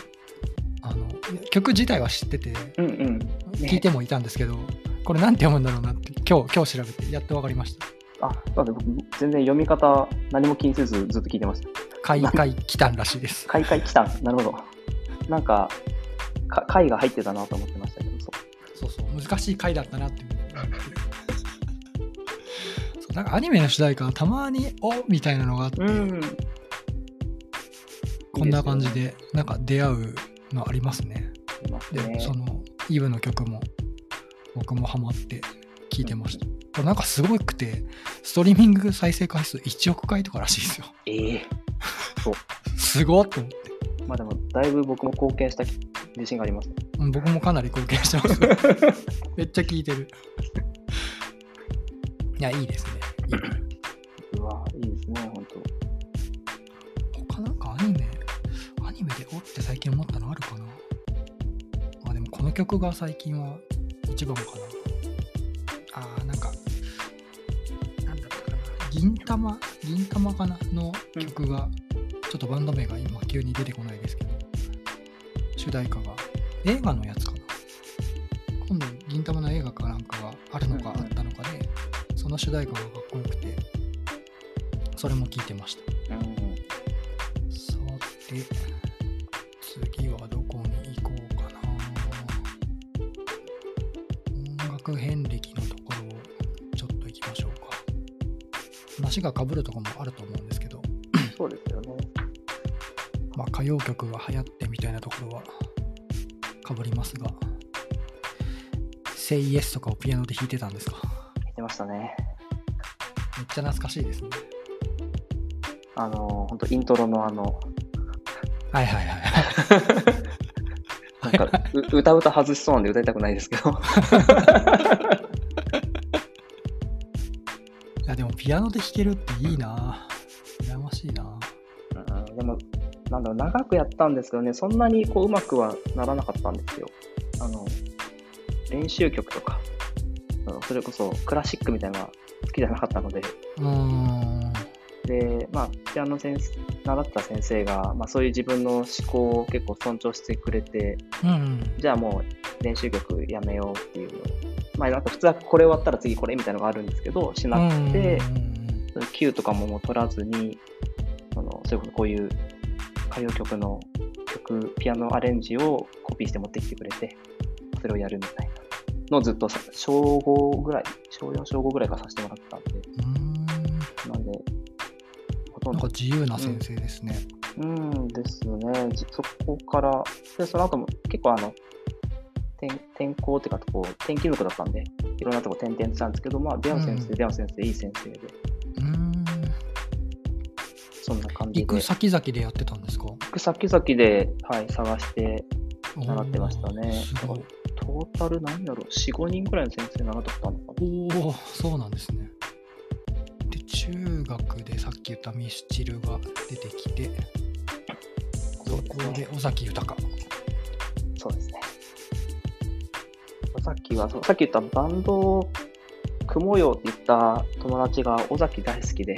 [SPEAKER 1] あの曲自体は知ってて
[SPEAKER 2] うんうん。
[SPEAKER 1] 聞いてもいたんですけど、これなんて読むんだろうなって今日今日調べてやっと分かりました
[SPEAKER 2] あ、なんで僕、全然読み方、何も気にせずずっと聞いてました。
[SPEAKER 1] 「開会来たんらしいです
[SPEAKER 2] 開会来たん。なるほど。 なんか、か会が入ってたなと思ってましたけど、
[SPEAKER 1] そ
[SPEAKER 2] そ
[SPEAKER 1] うそう難しい回だったなって思ってそうなんかアニメの主題歌はたまに「おみたいなのがあって、
[SPEAKER 2] う。うん。
[SPEAKER 1] こんな感じでなんか出会うのありますね
[SPEAKER 2] いいです
[SPEAKER 1] で、
[SPEAKER 2] よね。います
[SPEAKER 1] そ
[SPEAKER 2] ね。
[SPEAKER 1] のイブの曲も僕もハマって聴いてました、これなんかすごくてストリーミング再生回数1億回とからしいですよ
[SPEAKER 2] ええ
[SPEAKER 1] すごっと思って
[SPEAKER 2] まあでも、だいぶ僕も貢献した自信があります。
[SPEAKER 1] うん僕もかなり貢献してますめっちゃ聴いてるいやいいですねいいう
[SPEAKER 2] わ、いいですね、本当。
[SPEAKER 1] 他なんかアニメアニメでおって最近思ったのあるかなあでもこの曲が最近は一番かなあーなんかなんだったかな銀玉銀玉かなの曲が、ちょっとバンド名が今急に出てこないですけど主題歌が映画のやつかな今度銀玉の映画かなんかがあるのか
[SPEAKER 2] うん
[SPEAKER 1] あ
[SPEAKER 2] うん
[SPEAKER 1] ったのかで、その主題歌がかっこよくてそれも聴いてました
[SPEAKER 2] うん。
[SPEAKER 1] さて次はどこに行こうかな音楽遍歴のところをちょっと行きましょうか話がかぶるとこもあると思うんですけど、
[SPEAKER 2] そうですよね。
[SPEAKER 1] まあ、歌謡曲が流行ってみたいなところはかぶりますが「Say Yes」とかをピアノで弾いてたんですか
[SPEAKER 2] 言ってましたね。
[SPEAKER 1] めっちゃ懐かしいですね
[SPEAKER 2] あの、本当イントロのあの、
[SPEAKER 1] はいはいはい
[SPEAKER 2] なんか、う歌歌外しそうなんで歌いたくないです けど。
[SPEAKER 1] いやでもピアノで弾けるっていいな羨ましいな
[SPEAKER 2] うんでも、なんだろう、長くやったんですけどね、そんなにこう、うまくはならなかったんですよ。あの、練習曲とか、うんそれこそクラシックみたいなのが好きじゃなかったので、
[SPEAKER 1] うーん
[SPEAKER 2] で、まあ、ピアノ先生、習った先生が、まあ、そういう自分の思考を結構尊重してくれて、
[SPEAKER 1] うんうん
[SPEAKER 2] じゃあもう練習曲やめようっていうのをまあなんか普通はこれ終わったら次これみたいなのがあるんですけど、しなくて、
[SPEAKER 1] うんうんうん
[SPEAKER 2] そういう Q とかももう取らずに、そのそれこそこういう歌謡曲の曲、ピアノアレンジをコピーして持ってきてくれて、そそれをやるみたいなのをずっとさ小5ぐらい、小4、小5ぐらいからさせてもらってたんで、
[SPEAKER 1] うーん
[SPEAKER 2] なんで、ほとん
[SPEAKER 1] なんか
[SPEAKER 2] ど、
[SPEAKER 1] 自由な先生ですね。
[SPEAKER 2] うんですね、じそこから、で、その後も結構あの、転転校っていうか、こう、転勤族だったんで、いろんなとこ転々としたんですけど、まあ、出会う先生、
[SPEAKER 1] うん
[SPEAKER 2] 出会う先生、いい先生で、
[SPEAKER 1] うーん
[SPEAKER 2] そんな感じ
[SPEAKER 1] 行
[SPEAKER 2] で、
[SPEAKER 1] く先々でやってたんですか
[SPEAKER 2] 行く先々で、はい、探して、習ってましたね
[SPEAKER 1] おーすごい。
[SPEAKER 2] トータル何だろう、4、5人ぐらいの先生習っとったのかな。
[SPEAKER 1] おおそうなんですね。で中学でさっき言ったミスチルが出てきて高校で尾崎豊か。
[SPEAKER 2] そうですね。さっきは、そうさっき言ったバンドを組もうよって言った友達が尾崎大好きで、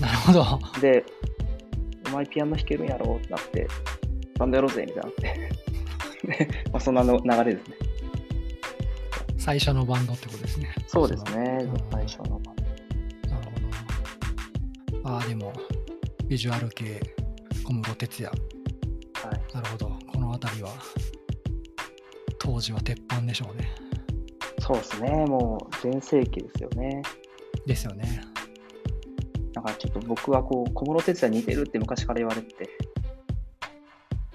[SPEAKER 1] なるほど。
[SPEAKER 2] で、お前ピアノ弾けるんやろってなって、バンドやろうぜみたいになって。でまあ、そんなの流れですね。
[SPEAKER 1] 最初のバンドってことですね。
[SPEAKER 2] そうですね
[SPEAKER 1] うん、
[SPEAKER 2] 最初のバンド。
[SPEAKER 1] なるほど。ああ、でも、ビジュアル系、小室哲哉。
[SPEAKER 2] はい、
[SPEAKER 1] なるほど。この辺りは、当時は鉄板でしょうね。
[SPEAKER 2] そうですね、もう全盛期ですよね。
[SPEAKER 1] ですよね。
[SPEAKER 2] だからちょっと僕はこう、小室哲哉似てるって昔から言われてて、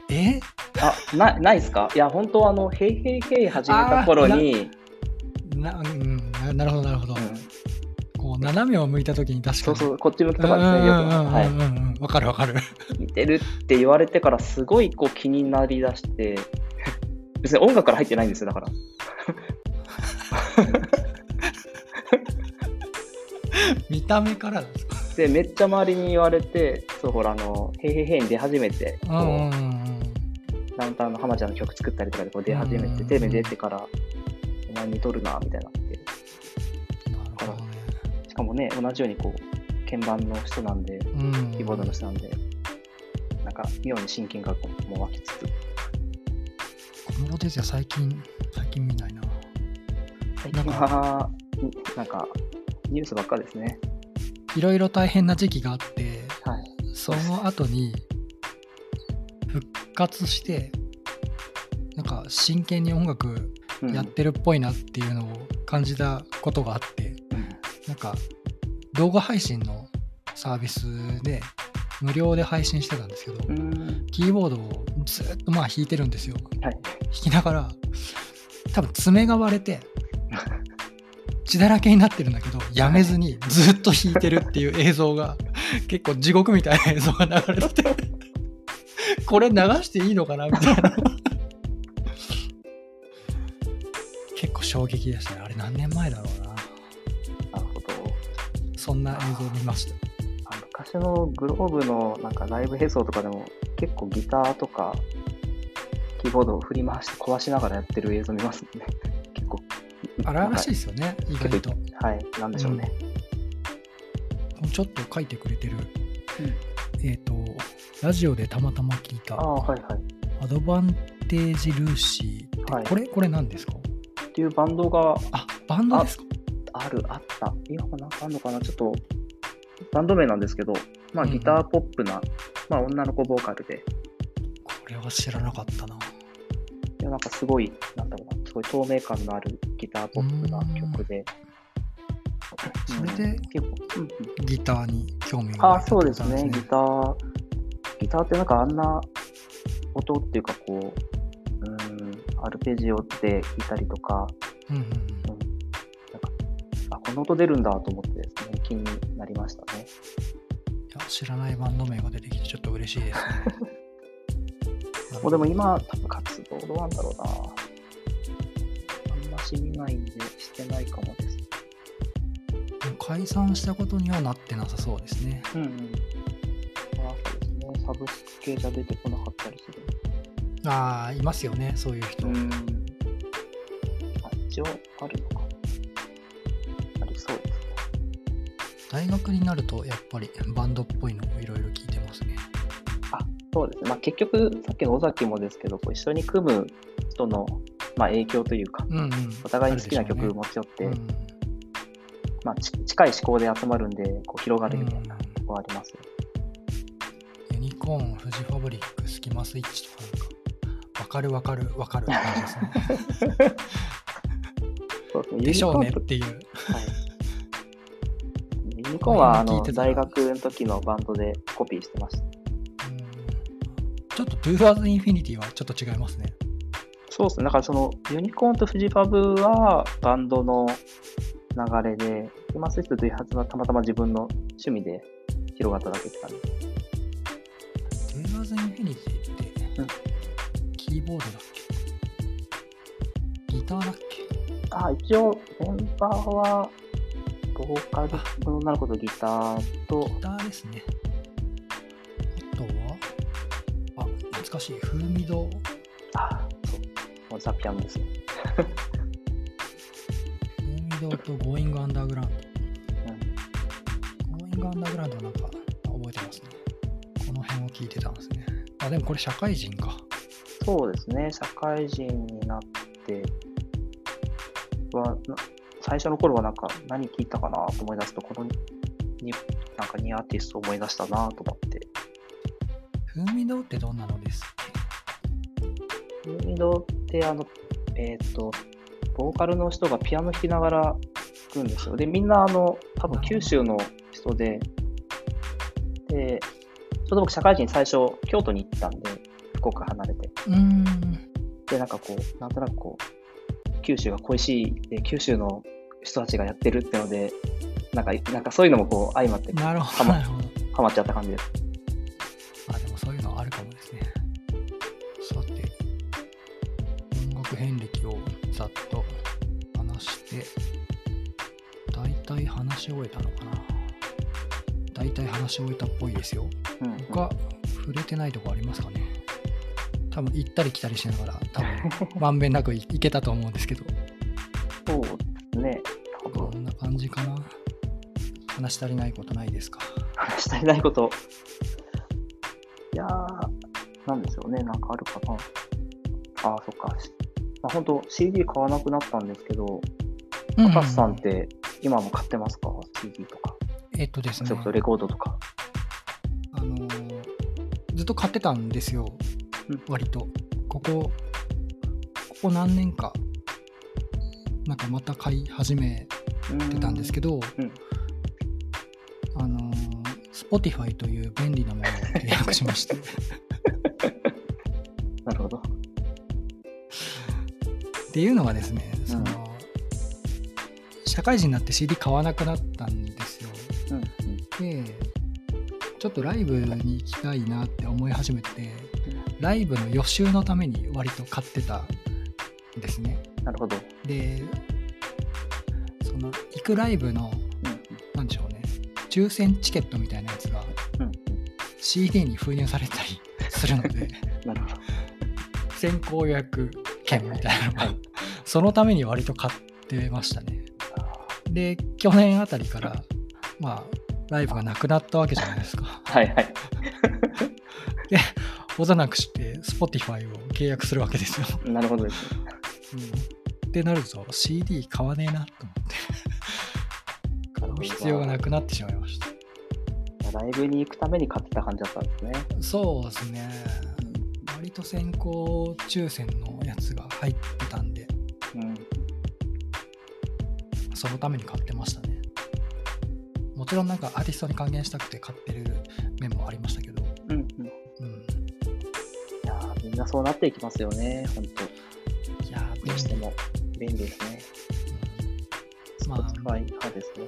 [SPEAKER 1] え
[SPEAKER 2] あ、なないですかいや、本当あの、ヘイヘイヘイ始めた頃に、
[SPEAKER 1] な,、うん、ななるほど、なるほど。
[SPEAKER 2] うん
[SPEAKER 1] こう、斜めを向いた時に確か
[SPEAKER 2] そ
[SPEAKER 1] に。
[SPEAKER 2] うそうう、こっち向きと
[SPEAKER 1] んう
[SPEAKER 2] か
[SPEAKER 1] ん
[SPEAKER 2] で
[SPEAKER 1] う
[SPEAKER 2] すね、よく。
[SPEAKER 1] ん
[SPEAKER 2] は
[SPEAKER 1] うんうんうんわかるわかる。
[SPEAKER 2] い。似てるって言われてから、すごいこう気になりだして、別に音楽から入ってないんですよ、だから。
[SPEAKER 1] 見た目からなんですか。
[SPEAKER 2] で、めっちゃ周りに言われて、そう、ほら、あの、へいへいへいに出始めて、
[SPEAKER 1] うんうん
[SPEAKER 2] こ
[SPEAKER 1] うんうん。
[SPEAKER 2] う、ダウンタウンの浜ちゃんの曲作ったりとかでこう出始め
[SPEAKER 1] うんうんう
[SPEAKER 2] て、
[SPEAKER 1] ん
[SPEAKER 2] テレビに出てから、お前似とるな、みたいになって。
[SPEAKER 1] なるほどね。
[SPEAKER 2] しかもね、同じようにこう、鍵盤の人なんで、
[SPEAKER 1] うん。
[SPEAKER 2] キーボードの人なんで、なんか、妙に親近感も湧きつつ、
[SPEAKER 1] 小室哲哉、最近、最近見ないな。
[SPEAKER 2] 最
[SPEAKER 1] なん
[SPEAKER 2] 近
[SPEAKER 1] か
[SPEAKER 2] は、なんか、ニュースばっかですね。
[SPEAKER 1] いろいろ大変な時期があって、
[SPEAKER 2] はい。
[SPEAKER 1] その後に復活してなんか真剣に音楽
[SPEAKER 2] うん
[SPEAKER 1] やってるっぽいなっていうのを感じたことがあって、
[SPEAKER 2] うん
[SPEAKER 1] なんか動画配信のサービスで無料で配信してたんですけど、
[SPEAKER 2] うん
[SPEAKER 1] キーボードをずっとまあ弾いてるんですよ
[SPEAKER 2] はい。
[SPEAKER 1] 弾きながら多分爪が割れて血だらけになってるんだけどやめずにずっと弾いてるっていう映像が結構地獄みたいな映像が流れててこれ流していいのかなみたいな結構衝撃でしたねあれ何年前だろうな
[SPEAKER 2] なるほど。
[SPEAKER 1] そんな映像を見ました
[SPEAKER 2] あ昔のグローブのなんかライブヘソとかでも結構ギターとかキーボードを振り回して壊しながらやってる映像見ますね。 結構。
[SPEAKER 1] 荒々しい
[SPEAKER 2] い。
[SPEAKER 1] ですよね意
[SPEAKER 2] 結
[SPEAKER 1] 外と
[SPEAKER 2] 構はい。なんでしょうね。
[SPEAKER 1] ちょっと書いてくれてる、えっ、とラジオでたまたま聞いた
[SPEAKER 2] ああ、はいはい。っ
[SPEAKER 1] アドバンテージルーシーって、
[SPEAKER 2] はい
[SPEAKER 1] これこれ何ですか
[SPEAKER 2] ていうバンドが
[SPEAKER 1] あバンドですか
[SPEAKER 2] ある、あった。今もなんかあるのかなちょっと、バンド名なんですけど、まあ
[SPEAKER 1] うんうん
[SPEAKER 2] ギターポップな、まあ女の子ボーカルで、
[SPEAKER 1] これは知らなかったな
[SPEAKER 2] でなんかすごい、なんだろうな、すごい透明感のあるギターポップな曲で。
[SPEAKER 1] それ
[SPEAKER 2] う
[SPEAKER 1] で
[SPEAKER 2] ん結構、うんうん
[SPEAKER 1] ギターに興味が湧
[SPEAKER 2] あ
[SPEAKER 1] いた
[SPEAKER 2] そう
[SPEAKER 1] って
[SPEAKER 2] で
[SPEAKER 1] こ
[SPEAKER 2] す
[SPEAKER 1] となん
[SPEAKER 2] ねギターギターってなんかあんな音っていうかこううーんアルペジオって聞いたりとか,、
[SPEAKER 1] うんうんうん
[SPEAKER 2] うん、なんかあこの音出るんだと思ってですね気になりました
[SPEAKER 1] い
[SPEAKER 2] ね
[SPEAKER 1] や知らないバンド名が出てきてちょっと嬉しい ですねなる
[SPEAKER 2] も
[SPEAKER 1] ほ
[SPEAKER 2] うで
[SPEAKER 1] ど
[SPEAKER 2] も今多分活動どうなんだろうなあんまし見ないんでしてないかもです
[SPEAKER 1] 解散したことにはなってなさそうですね
[SPEAKER 2] うんうんあそうですねサブスク系じゃ出てこなかったりする
[SPEAKER 1] ああいますよねそういう人、
[SPEAKER 2] うん。あ、一応あるのか。ありそうですね。
[SPEAKER 1] 大学になるとやっぱりバンドっぽいのをいろいろ聞いてますね
[SPEAKER 2] そうですね。まあ結局、さっきの尾崎もですけど、こう一緒に組む人の、まあ、影響というか、
[SPEAKER 1] うんうん
[SPEAKER 2] お互いに好きな曲
[SPEAKER 1] っ
[SPEAKER 2] 持ち寄っ
[SPEAKER 1] て
[SPEAKER 2] て、まあ、ち近い思考で集まるんで、こう広がるみたいな
[SPEAKER 1] うん
[SPEAKER 2] とこはありますよ。
[SPEAKER 1] ユニコーン、フジファブリック、スキマスイッチとかなんか、わかるわかるわかるって感じですね。
[SPEAKER 2] そうですね。ユ
[SPEAKER 1] で
[SPEAKER 2] ニ
[SPEAKER 1] し
[SPEAKER 2] コ
[SPEAKER 1] ょう
[SPEAKER 2] ー
[SPEAKER 1] ね
[SPEAKER 2] ンと
[SPEAKER 1] っていう。
[SPEAKER 2] はい。ユニコーンはあ
[SPEAKER 1] 聞い
[SPEAKER 2] の
[SPEAKER 1] てた
[SPEAKER 2] 大学の時のバンドでコピーしてました。
[SPEAKER 1] ちょっと Do as Infinity はちょっと違いますね。
[SPEAKER 2] そうですね。だからそのユニコーンとフジファブはバンドの流れで、フマスイッチとドイハツはたまたま自分の趣味で広がっただけって感じ。
[SPEAKER 1] Do as Infinity って、
[SPEAKER 2] うん
[SPEAKER 1] キーボードだっけギターだっけ
[SPEAKER 2] あ、一応メンバーはボーカルの女の子とギターと、
[SPEAKER 1] ギターですね。あとは、あ、懐かしい。フーミド、
[SPEAKER 2] あ、そう、もうザピアンです。
[SPEAKER 1] フーミドと Going Underground。Going Underground はなんか覚えてますね。この辺を聞いてたんですね。あ、でもこれ社会人か。
[SPEAKER 2] そうですね、社会人になっては、な最初の頃はなんか何聞いたかなと思い出すと、このになんか2アーティストを思い出したなと思って。
[SPEAKER 1] フーミドってどんなのですっ
[SPEAKER 2] ユニドってあの、えっ、と、ボーカルの人がピアノ弾きながら弾くんですよ。で、みんなあの、多分九州の人で、で、ちょうど僕社会人最初京都に行ったんで、福岡離れて。
[SPEAKER 1] けうーん。
[SPEAKER 2] で、なんかこう、なんとなくこう、九州が恋しいで、九州の人たちがやってるってので、なんか、なんかそういうのもこう、相まって、
[SPEAKER 1] なるほ
[SPEAKER 2] ハ
[SPEAKER 1] ど。
[SPEAKER 2] マ
[SPEAKER 1] なるほど。
[SPEAKER 2] ハマっちゃった感じです。
[SPEAKER 1] あ、でもそういうのあるかもですね。さて、音楽遍歴をざっと話して、大体話し終えたのかな。大体話し終えたっぽいですよ。
[SPEAKER 2] うん、うん。
[SPEAKER 1] 他、触れてないとこありますかね。多分行ったり来たりしながら、多分まんべんなく行けたと思うんですけど、
[SPEAKER 2] そうですね。多
[SPEAKER 1] こ
[SPEAKER 2] 分、
[SPEAKER 1] んな感じかな。話し足りないことないですか。
[SPEAKER 2] 話し足りないこと。いやー、なんでしょうね。なんかあるかな。あー、そっか。まあ、本当 CD 買わなくなったんですけど、
[SPEAKER 1] うん
[SPEAKER 2] 高橋さんって今も買ってますか ?CD とか。
[SPEAKER 1] えっとです
[SPEAKER 2] そ
[SPEAKER 1] ね。
[SPEAKER 2] れこそレコードとか。
[SPEAKER 1] あのーずっと買ってたんですよ、
[SPEAKER 2] うん
[SPEAKER 1] 割と。ここ、ここ何年か、なんかまた買い始めてたんですけど、
[SPEAKER 2] うん
[SPEAKER 1] あのー、Spotify という便利なものを契約しまして、
[SPEAKER 2] ど。なるほど。
[SPEAKER 1] っていうのがですね、その、
[SPEAKER 2] うん
[SPEAKER 1] 社会人になって CD 買わなくなったんですよ。
[SPEAKER 2] うん、うん。
[SPEAKER 1] でちょっとライブに行きたいなって思い始めてライブの予習のために割と買ってたんですね
[SPEAKER 2] なるほど。
[SPEAKER 1] でその行くライブの
[SPEAKER 2] う
[SPEAKER 1] なんでしょうね抽選チケットみたいなやつが
[SPEAKER 2] ん、うん。
[SPEAKER 1] CD に封入されたりするので
[SPEAKER 2] なるほど。
[SPEAKER 1] 先行予約券みたいなの
[SPEAKER 2] は
[SPEAKER 1] が
[SPEAKER 2] い
[SPEAKER 1] そのために割と買ってましたねで去年あたりからまあライブがなくなったわけじゃないです か
[SPEAKER 2] はいはい。
[SPEAKER 1] ほざなくして Spotify を契約するわけですよ。
[SPEAKER 2] なるほどですね。
[SPEAKER 1] ってなると CD 買わねえなと思って買う必要がなくなってしまいました。
[SPEAKER 2] ライブに行くために買ってた感じだったんですね。
[SPEAKER 1] そうですね。割と先行抽選のやつが入ってたんで、
[SPEAKER 2] うん。
[SPEAKER 1] そのために買ってましたね。もちろんなんかアーティストに還元したくて買ってる面もありましたけど、
[SPEAKER 2] うん、うん。い
[SPEAKER 1] うん。
[SPEAKER 2] やーみんなそうなっていきますよね、本当
[SPEAKER 1] いやー、
[SPEAKER 2] どうして
[SPEAKER 1] 便
[SPEAKER 2] も便利ですね。
[SPEAKER 1] 利、うんま
[SPEAKER 2] Spotify 派ですね。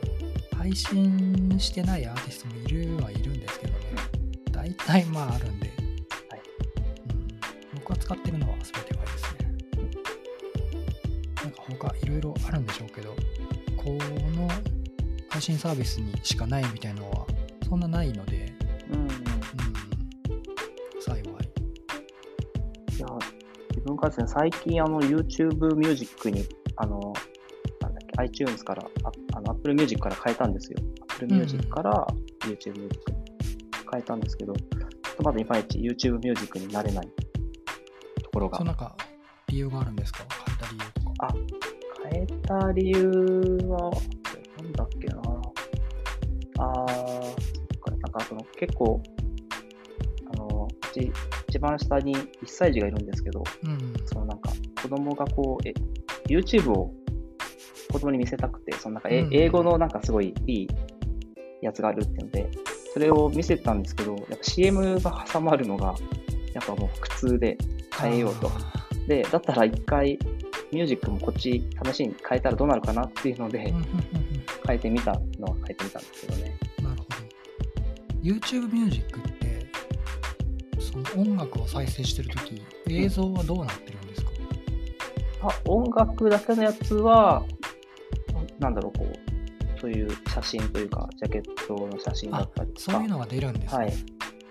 [SPEAKER 1] あ、配信してないアーティストもいるはいるんですけどね。大体まああるんで、
[SPEAKER 2] はい
[SPEAKER 1] うん、僕が使ってるのは Spotify ですね。なんか他いろいろあるんでしょうけど、この配信サービスにしかないみたいのはそんなないので、
[SPEAKER 2] うん、うん。い
[SPEAKER 1] うん、幸い。
[SPEAKER 2] やー自分がですね、最近あの YouTube Music に、あの、なんだっけ、iTunes から、ああの Apple Music から変えたんですよ。Apple
[SPEAKER 1] うんう
[SPEAKER 2] Music
[SPEAKER 1] ん
[SPEAKER 2] から YouTube Music に変えたんですけど、ちょっとまだいまいち YouTube Music になれないところが
[SPEAKER 1] そうなんか理由があるんですか変えた理由とか。
[SPEAKER 2] あ、変えた理由は、なんだっけな。あー、そっかなんかその結構、あの、うち一番下に1歳児がいるんですけど、
[SPEAKER 1] うん。
[SPEAKER 2] そのなんか、子供がこう、え YouTube を子供に見せたくて、そのなんか、え
[SPEAKER 1] うん
[SPEAKER 2] 英語のなんかすごいいいやつがあるっていうので、それを見せたんですけど、やっぱ CM が挟まるのが、やっぱもう苦痛で変えようと。
[SPEAKER 1] あ
[SPEAKER 2] で、だったら一回、ミュージックもこっち試しに変えたらどうなるかなっていうの
[SPEAKER 1] ー
[SPEAKER 2] で
[SPEAKER 1] うんうん、うん
[SPEAKER 2] 変えてみたのは変えてみたんですけどね。
[SPEAKER 1] うんなるほど YouTube ミュージックってその音楽を再生してるとき映像はどうなってるんですか、
[SPEAKER 2] あ音楽だけのやつは、なんだろう、こう、そういう写真というか、ジャケットの写真だったりとか、
[SPEAKER 1] そういうのが出るんですね、
[SPEAKER 2] はい、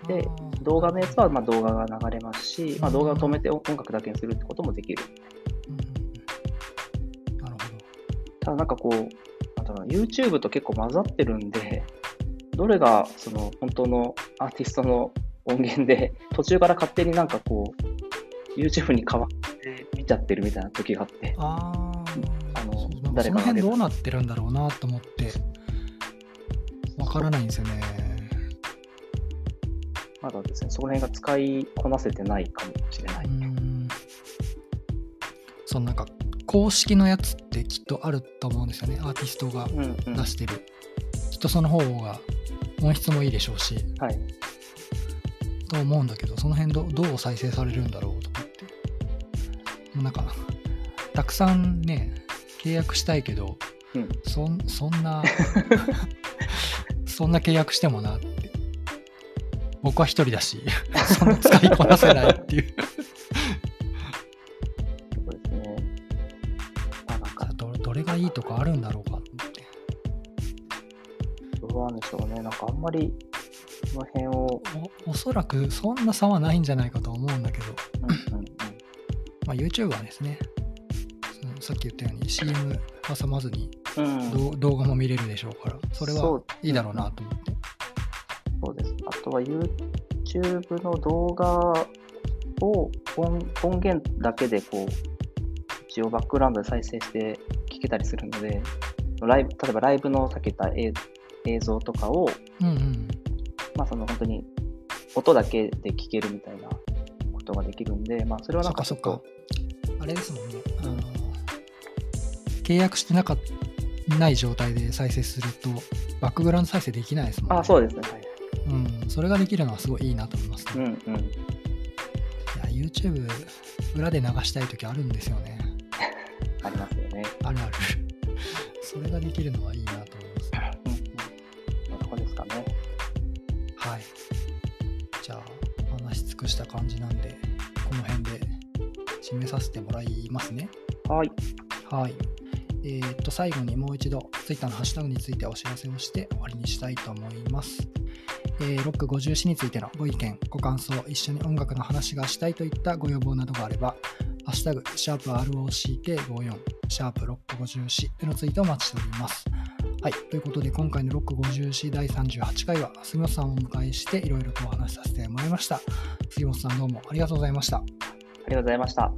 [SPEAKER 2] で
[SPEAKER 1] あー
[SPEAKER 2] 動画のやつはまあ動画が流れますし、まあ、動画を止めて音楽だけにするってこともできる。
[SPEAKER 1] うんうんなるほど
[SPEAKER 2] ただなんかこう、なんだろうな YouTube と結構混ざってるんで、どれがその本当のアーティストの音源で、 途中から勝手になんかこう、YouTube に変わって見ちゃってるみたいな時があって、
[SPEAKER 1] あー
[SPEAKER 2] あの
[SPEAKER 1] そうなんかそ
[SPEAKER 2] 誰
[SPEAKER 1] の
[SPEAKER 2] かが上
[SPEAKER 1] 辺
[SPEAKER 2] げた
[SPEAKER 1] どうなってるんだろうなと思ってわからないんですよね。
[SPEAKER 2] まだですね、そこら辺が使いこなせてないかもしれないう
[SPEAKER 1] んそのなんか公式のやつってきっとあると思うんですよねアーティストが
[SPEAKER 2] うんうん、
[SPEAKER 1] 出してる、きっとその方が音質もいいでしょうし
[SPEAKER 2] はい。
[SPEAKER 1] と思うんだけどその辺どどう再生されるんだろうとかってもうなんかたくさんね契約したいけど、
[SPEAKER 2] うん
[SPEAKER 1] そんそん なそんな契約してもなって僕は一人だしそんな使いこなせないっていう
[SPEAKER 2] そうですね。まあなんか、
[SPEAKER 1] どどれがいいとかあるんだろうかって
[SPEAKER 2] どうなんでしょうね。なんかあんまり、その辺を、
[SPEAKER 1] おおそらくそんな差はないんじゃないかと思うんだけど、
[SPEAKER 2] うんうんうん、
[SPEAKER 1] まあ、YouTube はですねそさっき言ったように CM 挟まずに
[SPEAKER 2] うん
[SPEAKER 1] どう動画も見れるでしょうからそれ
[SPEAKER 2] そ
[SPEAKER 1] は
[SPEAKER 2] う
[SPEAKER 1] いいだろうなと思って
[SPEAKER 2] そうです。あとは YouTube の動画を音音源だけでこう、一応バックグラウンドで再生して聴けたりするので、ライブ例えばライブの避けた映映像とかを、
[SPEAKER 1] うんうん
[SPEAKER 2] まあその本当に音だけで聴けるみたいなことができるんで、まあそれは
[SPEAKER 1] そ
[SPEAKER 2] な
[SPEAKER 1] っ
[SPEAKER 2] ん
[SPEAKER 1] か
[SPEAKER 2] か
[SPEAKER 1] そっ
[SPEAKER 2] ちょっ
[SPEAKER 1] か
[SPEAKER 2] と
[SPEAKER 1] あれですもんねあの契約してなかっない状態で再生するとバックグラウンド再生できないですもんね
[SPEAKER 2] あ、そうですね。はい。
[SPEAKER 1] うん、それができるのはすごいいいなと思います
[SPEAKER 2] う
[SPEAKER 1] ね、
[SPEAKER 2] んうん。
[SPEAKER 1] いや YouTube 裏で流したい時あるんですよね
[SPEAKER 2] ありますよね。
[SPEAKER 1] あるあるそれができるのはいいなと思います
[SPEAKER 2] うんうん。そこですかね。
[SPEAKER 1] はい。じゃあ、話し尽くした感じなんで、この辺で締めさせてもらいますね。
[SPEAKER 2] はい。
[SPEAKER 1] はい。えーっと、最後にもう一度、Twitter のハッシュタグについてお知らせをして終わりにしたいと思います。えーロック54についてのご意見、ご感想、一緒に音楽の話がしたいといったご要望などがあれば、ハッシュタグ、シャープ ROCK54、シャープロック54でのツイートをお待ちしております。はい。ということで、今回のロック54第38回は、杉本さんをお迎えして、いろいろとお話しさせてもらいました。杉本さん、どうもありがとうございました。
[SPEAKER 2] ありがとうございました。